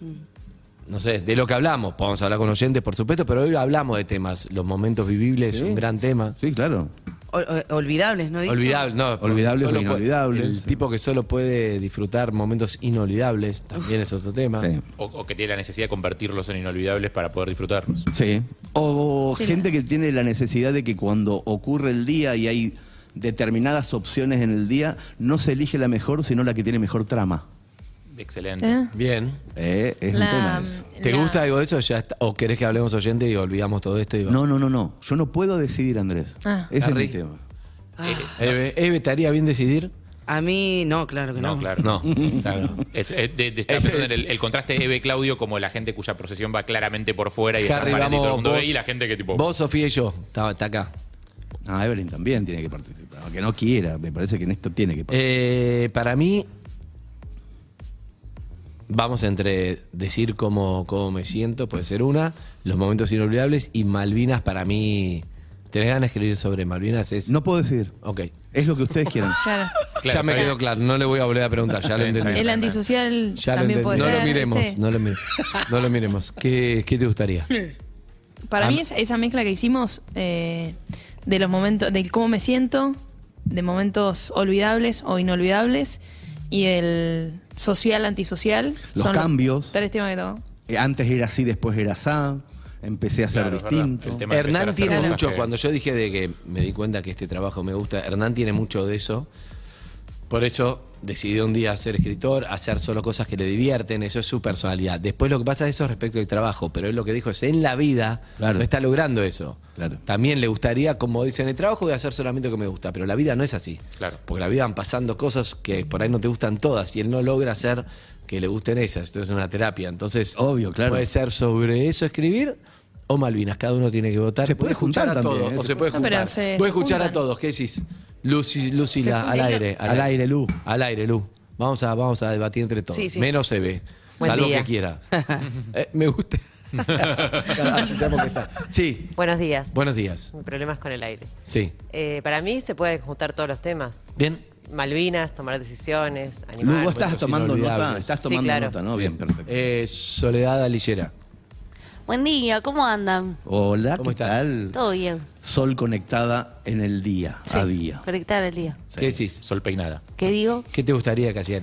S7: Mm.
S4: No sé, de lo que hablamos, podemos hablar con oyentes, por supuesto, pero hoy hablamos de temas. Los momentos vivibles, un gran tema.
S7: Sí, claro.
S8: Ol- ol- olvidables, ¿no? dijo?
S4: Olvidable, no. porque
S7: Olvidables o
S4: solo puede-
S7: inolvidables,
S4: El
S7: sí.
S4: tipo que solo puede disfrutar momentos inolvidables, también es otro tema.
S7: Sí.
S5: O, o que tiene la necesidad de convertirlos en inolvidables para poder disfrutarlos.
S7: Sí. O gente que tiene la necesidad de que cuando ocurre el día y hay determinadas opciones en el día, no se elige la mejor, sino la que tiene mejor trama.
S5: Excelente.
S6: ¿Eh?
S4: Bien.
S7: Eh, es un tema.
S6: La, mm,
S7: ese.
S4: ¿Te
S6: la-
S4: gusta algo de eso? Ya está- ¿O querés que hablemos oyente y olvidamos todo esto? Y va?
S7: No, no, no, no. Yo no puedo decidir, Andrés.
S6: Ah.
S7: Ese es
S4: Harry.
S7: mi tema.
S5: Eh,
S4: Eve, Eve, ¿te haría bien decidir?
S8: A mí no, claro que no.
S5: No, claro.
S4: No, claro.
S5: Es, es de, de estar pensando en el, el contraste de Eve Claudio como la gente cuya procesión va claramente por fuera y es
S4: Harry,
S5: transparente y todo el
S4: vamos.
S5: mundo
S4: Vos,
S5: ve y la gente que tipo.
S4: vos, Sofía y yo. Está, está acá.
S7: Ah, Evelyn también tiene que participar. Aunque no quiera, me parece que en esto tiene que participar.
S4: Eh, para mí, Vamos entre decir cómo, cómo me siento, puede ser una, los momentos inolvidables y Malvinas para mí. ¿Tenés ganas de escribir sobre Malvinas? Es,
S7: No puedo decir.
S4: Ok.
S7: Es lo que ustedes quieran.
S6: Claro.
S4: ya me
S5: está
S4: quedó
S5: bien.
S4: claro, no le voy a volver a preguntar, ya lo
S5: Está bien,
S4: entendí.
S5: está
S6: El antisocial
S4: Ya lo
S6: también
S4: entendí.
S6: puede
S4: No
S6: ser.
S4: lo miremos,
S6: ¿viste?
S4: no lo miremos. No lo miremos. ¿Qué, qué te gustaría?
S6: Para
S7: Ah,
S4: Am-
S6: mí es- esa mezcla que hicimos eh, de los momentos, del cómo me siento, de momentos olvidables o inolvidables y el social antisocial.
S7: Los
S6: son
S7: cambios.
S6: Tres temas que toco.
S7: Eh, Antes era así, después era asá. Empecé a ser
S5: Claro, es verdad.
S7: distinto.
S5: El tema de empezar a
S4: Hernán
S5: hacer
S4: tiene
S5: cosas
S4: mucho,
S5: que-
S4: cuando yo dije de que me di cuenta que este trabajo me gusta, Hernán tiene mucho de eso. Por eso decidió un día ser escritor, hacer solo cosas que le divierten, eso es su personalidad. Después lo que pasa es eso es respecto al trabajo, pero él lo que dijo es en la vida
S7: Claro.
S4: no está logrando eso.
S7: Claro.
S4: También le gustaría, como dicen, el trabajo voy a hacer solamente lo que me gusta, pero la vida no es así.
S5: Claro.
S4: Porque la vida van pasando cosas que por ahí no te gustan todas y él no logra hacer que le gusten esas. Esto es una terapia. Entonces,
S7: Obvio, claro.
S4: Puede ser sobre eso escribir o Malvinas. Cada uno tiene que votar.
S7: Se puede
S4: escuchar
S7: juntar
S4: a
S7: también,
S4: todos.
S7: ¿eh?
S4: O
S7: Se
S4: se puede
S6: No, pero
S4: juntar.
S6: se- se
S4: Puede escuchar a
S6: juntan.
S4: todos. ¿Qué decís? Lucy, Lucila, al aire.
S7: Al aire, Lu.
S4: Al aire, Lu. Vamos a, vamos a debatir entre todos.
S8: Sí, sí.
S4: Menos se ve.
S1: Buen
S4: salvo
S1: día.
S4: que quiera. Eh, me gusta.
S7: Ah,
S4: Así sabemos que está. Sí.
S1: Buenos días.
S4: Buenos días.
S1: Problemas con el aire.
S4: Sí.
S1: Eh, para mí se pueden juntar todos los temas.
S4: Bien.
S1: Malvinas, tomar decisiones,
S7: Lu,
S1: animar.
S7: vos
S5: pues,
S7: estás
S4: momentos
S7: tomando nota.
S4: inolvidables.
S7: Estás
S1: Sí,
S7: tomando
S1: claro.
S7: nota, ¿no? Bien, perfecto.
S4: Eh, Soledad Alillera.
S12: Buen día, ¿cómo andan?
S7: Hola,
S4: ¿cómo
S7: ¿qué
S4: estás?
S7: tal?
S12: Todo bien.
S7: Sol conectada en el día, a día.
S12: Conectar el día.
S4: ¿Qué decís?
S5: Sol peinada.
S12: ¿Qué digo?
S4: ¿Qué te gustaría que hacía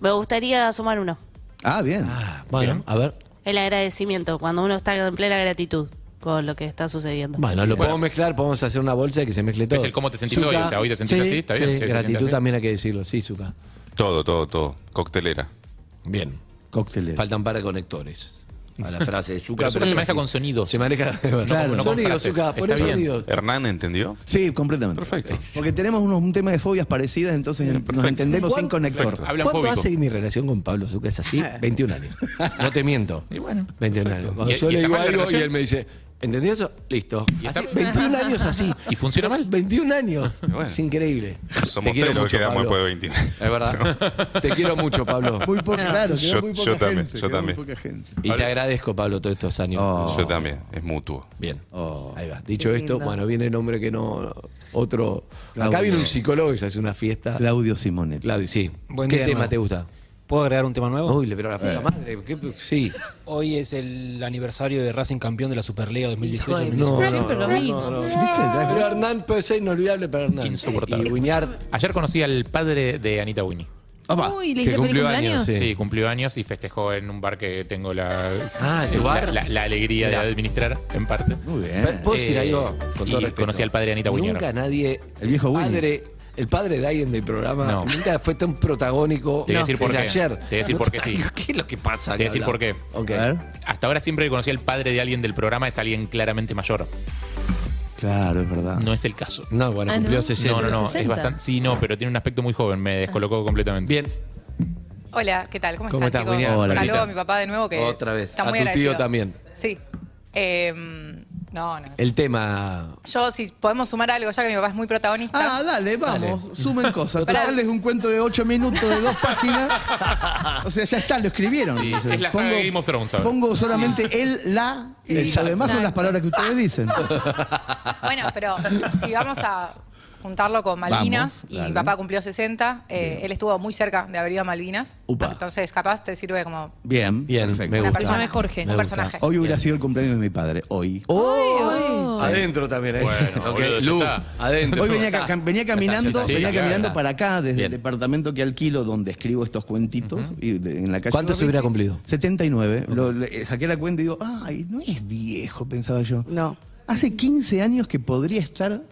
S12: Me gustaría sumar uno.
S7: Ah, bien.
S4: Ah, bueno,
S5: Bien.
S4: a ver.
S12: El agradecimiento, cuando uno está en plena gratitud con lo que está sucediendo.
S4: Bueno, lo
S5: Bueno.
S4: podemos mezclar, podemos hacer una bolsa y que se mezcle todo.
S5: Es el cómo te sentís hoy, o sea, hoy te sentís
S4: sí,
S5: así, está bien,
S4: sí,
S5: sí, se siente
S4: gratitud
S5: así.
S4: también hay que decirlo, sí, Zuka.
S13: Todo, todo, todo. Coctelera.
S4: Bien.
S7: Cócteles.
S4: Faltan un par de conectores a la frase de Zuka.
S5: Pero se maneja con sonidos.
S4: Se maneja
S5: Claro. no con
S4: sonidos,
S5: frases.
S4: Zuka, poné
S5: Está bien.
S4: sonidos.
S13: ¿Hernán entendió?
S7: Sí, completamente.
S13: Perfecto.
S7: Porque tenemos unos, un tema de fobias parecidas, entonces nos
S13: perfecto.
S7: entendemos sin
S13: Perfecto.
S7: conector.
S5: Hablan
S4: ¿Cuánto
S5: fóbico.
S4: hace mi relación con Pablo Zuka? ¿Es así? 21 años. No te miento.
S5: Y bueno,
S4: 21 años. Cuando
S5: ¿Y-
S4: yo
S5: y
S4: le
S5: está
S4: digo
S5: mal la
S4: algo y
S5: relación?
S4: él me dice, ¿entendí eso? Listo.
S5: ¿Y
S4: Así,
S5: está-
S4: 21 años así.
S5: ¿Y funciona mal?
S4: 21 años.
S13: Bueno.
S4: Es increíble.
S13: Somos
S4: Te quiero
S13: tres los que
S4: mucho,
S13: quedamos
S4: Pablo.
S13: después de 20.
S4: Es verdad. Te quiero mucho, Pablo.
S7: Muy poca, claro, queda
S13: Yo-
S7: muy
S13: yo
S7: poca
S13: también,
S7: gente,
S13: yo
S7: queda muy
S13: también. Oh.
S7: poca gente.
S4: Y te agradezco, Pablo, todos estos años.
S13: Yo también. Es mutuo.
S4: Bien.
S7: Oh.
S4: Ahí va. Dicho
S8: Qué
S4: esto,
S8: lindo.
S4: bueno, viene el hombre que no. Otro. Acá
S7: Claudio.
S4: viene un psicólogo y se hace una fiesta.
S7: Claudio Simonetti.
S4: Claudio, sí.
S11: Buen
S4: ¿Qué
S11: día,
S4: tema
S11: hermano.
S4: te gusta?
S11: ¿Puedo agregar un tema nuevo?
S4: Uy, le pero la puta
S13: Eh.
S4: madre. ¿qué- sí.
S11: Hoy es el aniversario de Racing campeón de la Superliga 2018.
S6: Siempre lo mismo.
S4: Pero Hernán puede ser inolvidable para Hernán.
S5: Insoportable.
S4: Y Buñar.
S5: Ayer conocí al padre de Anita Winnie.
S7: Opa.
S6: Uy,
S4: que
S6: ¿le diste feliz
S4: cumplió
S6: cumpleaños?
S4: años,
S5: Sí.
S4: Sí.
S5: cumplió años y festejó en un bar que tengo la,
S4: Ah, ¿tu
S5: la-
S4: bar?
S5: la- la alegría de administrar, en parte.
S7: Muy bien.
S4: ¿Puedo decir
S5: Eh,
S4: algo? Con
S5: y
S4: todo respeto.
S5: conocí al padre de Anita Buñero.
S4: Nunca nadie.
S7: El viejo Buñero.
S4: padre- El padre de alguien del programa
S5: No.
S4: nunca fue tan protagónico
S5: Te voy a decir por
S4: desde
S5: qué.
S4: ayer.
S5: Te voy a decir por qué sí.
S4: ¿Qué es lo que pasa?
S5: Te voy a decir
S4: acá?
S5: por qué.
S4: Ok.
S7: A ver.
S5: Hasta ahora siempre que conocí al padre de alguien del programa es alguien claramente mayor.
S7: Claro, es verdad.
S5: No es el caso.
S4: Ah. No, bueno,
S6: Ah,
S4: cumplió
S6: no.
S4: 60.
S5: No, no, no. Es
S6: 60.
S5: bastante. Sí, no, pero tiene un aspecto muy joven. Me descolocó completamente.
S4: Ah. Bien.
S14: Hola, ¿qué tal? ¿Cómo,
S4: ¿Cómo
S14: están,
S4: estás,
S14: chicos?
S4: Julián?
S7: Hola,
S14: Saludo
S4: Julián.
S14: a mi papá de nuevo que
S4: Otra vez.
S14: está
S4: A
S14: muy
S4: tu tío
S14: agradecido.
S4: también.
S14: Sí. Eh, no, no.
S4: El tema.
S14: Yo, si podemos sumar algo, ya que mi papá es muy protagonista.
S7: Ah, dale, vamos, sumen cosas.
S14: Pará.
S7: Total es un cuento de 8 minutos, de dos páginas. O sea, ya está, lo escribieron.
S5: Sí,
S7: Entonces,
S5: es la saga de Game of Thrones ahora.
S7: Pongo solamente el, la, y lo demás son las palabras que ustedes dicen.
S14: Bueno, pero si vamos a juntarlo con Malvinas,
S7: Vamos,
S14: y
S11: ¿Mm?
S7: dale.
S14: mi papá cumplió 60, eh, él estuvo muy cerca de haber ido a Malvinas.
S4: Upa.
S14: Entonces, capaz te sirve como...
S7: Bien,
S4: Bien, me
S14: Una
S4: gusta.
S14: persona.
S6: Llamame Jorge.
S4: Me
S14: Un
S4: gusta.
S14: personaje.
S7: Hoy hubiera sido el cumpleaños de mi padre, hoy.
S4: ¡Oh! Adentro también. ahí.
S5: Bueno,
S4: Ok,
S5: boludo, ya
S4: Lu,
S5: está.
S4: adentro. Ah.
S7: Hoy
S4: Ya
S7: venía, ca-
S4: está.
S7: cam- venía caminando,
S5: Sí,
S7: venía
S5: claro,
S7: caminando
S5: claro.
S7: para acá desde
S4: Bien.
S7: el departamento que alquilo donde escribo estos cuentitos y de- en la calle.
S4: ¿Cuántos
S7: Gorriti.
S4: hubiera cumplido?
S7: 79. Lo- le- eh, saqué la cuenta y digo, ay, no es viejo, pensaba yo.
S8: No.
S7: Hace 15 años que podría estar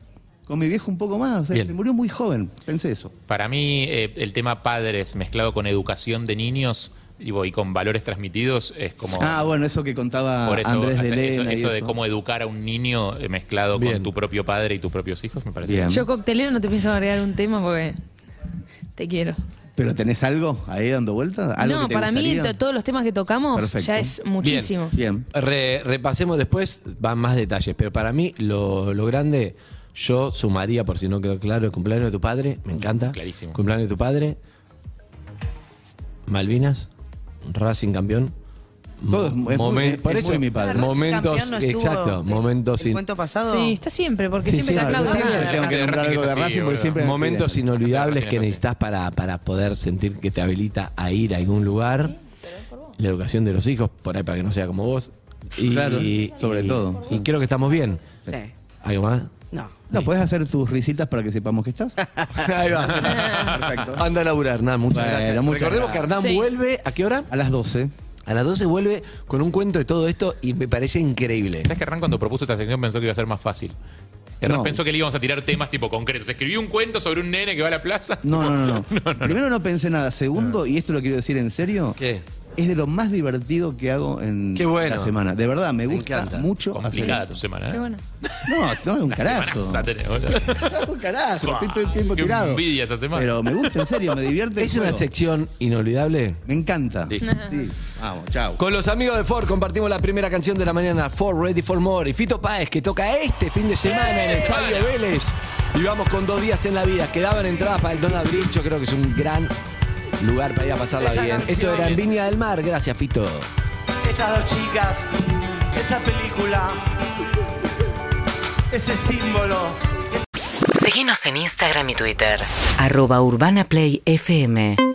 S7: con mi viejo un poco más. O sea,
S4: Bien.
S7: se murió muy joven. Pensé eso.
S5: Para mí, eh, el tema padres mezclado con educación de niños y, y con valores transmitidos es como.
S7: Ah, bueno, eso que contaba
S5: Por eso,
S7: Andrés
S5: o
S7: de
S5: sea, eso,
S7: Elena y
S5: eso de
S7: eso.
S5: cómo educar a un niño eh, mezclado
S4: Bien.
S5: con tu propio padre y tus propios hijos, me parece.
S7: Bien.
S6: Yo coctelero no te pienso agregar un tema porque te quiero.
S7: ¿Pero tenés algo ahí dando vueltas? ¿Algo
S6: No,
S7: que te
S6: para mí
S7: gustaría?
S6: to- todos los temas que tocamos
S7: Perfecto.
S6: ya es muchísimo.
S7: Bien.
S4: Re- repasemos después, van más detalles. Pero para mí, lo, lo grande, yo sumaría, por si no quedó claro, el cumpleaños de tu padre. Me encanta.
S5: Clarísimo.
S4: Cumpleaños de tu padre. Malvinas. Racing campeón.
S7: Todo es mu- es muy-
S4: Momen-
S7: es
S4: por
S7: muy
S4: eso,
S7: mi padre. Ah, Racing
S4: Momentos,
S7: campeón no estuvo
S4: exacto, momentos sin.
S8: pasado?
S6: Sí, está siempre, porque
S4: Sí,
S6: siempre está
S4: siempre.
S6: Claudio.
S7: Siempre tengo que
S4: De
S7: nombrar
S4: Racing
S7: algo
S4: es
S7: de
S4: así,
S7: Racing porque
S4: boludo.
S7: siempre me
S4: Momentos
S7: pelean.
S4: inolvidables que necesitas para, para poder sentir que te habilita a ir a algún lugar. La educación de los hijos, por ahí para que no sea como vos. Y,
S7: Claro,
S4: y-
S7: sobre
S4: y-
S7: todo.
S4: Y creo que estamos bien.
S8: Sí.
S4: ¿Algo más?
S8: No.
S7: No, ¿podés hacer tus risitas para que sepamos que estás?
S4: Ahí va.
S7: Perfecto.
S4: Anda a laburar, Hernán. Muchas
S7: Bueno,
S4: gracias.
S7: muchas
S4: Recordemos
S7: gracias.
S4: que Hernán
S7: Sí.
S4: vuelve. ¿A qué hora?
S7: A las 12.
S4: A las 12 vuelve con un cuento de todo esto y me parece increíble.
S5: ¿Sabes que Hernán cuando propuso esta sección pensó que iba a ser más fácil? Hernán
S7: No.
S5: pensó que le íbamos a tirar temas tipo concretos. Escribí un cuento sobre un nene que va a la plaza.
S7: No, no, no, no. Primero no pensé nada. Segundo, y esto lo quiero decir en serio,
S4: Ah. ¿Qué?
S7: es de lo más divertido que hago en
S4: Qué bueno.
S7: la semana. De verdad, me
S4: Me
S7: gusta
S4: encanta.
S7: mucho
S5: Complicada tu semana, ¿eh?
S6: Qué bueno.
S7: hacer. No, no es un
S5: Una
S7: carajo.
S5: semanaza tenés, boludo.
S7: un carajo, estoy todo el tiempo
S5: Qué
S7: tirado.
S5: envidia esa semana.
S7: Pero me gusta en serio, me divierte. el
S4: ¿Es una
S7: juego.
S4: sección inolvidable?
S7: Me encanta.
S4: Listo.
S7: Sí. Vamos, chao.
S4: Con los amigos de Ford compartimos la primera canción de la mañana, Ford Ready for More. Y Fito Páez, que toca este fin de semana en el Estadio Vélez. Y vamos con dos días en la vida. Quedaban entradas para el Don Abril. Yo creo que es un gran lugar para ir a pasarla
S15: Esa
S4: bien.
S15: canción.
S4: Esto era en Viña del Mar. Gracias, Fito.
S15: Estas dos chicas, esa película, ese símbolo.
S2: Síguenos en Instagram y Twitter. arroba Urbana Play FM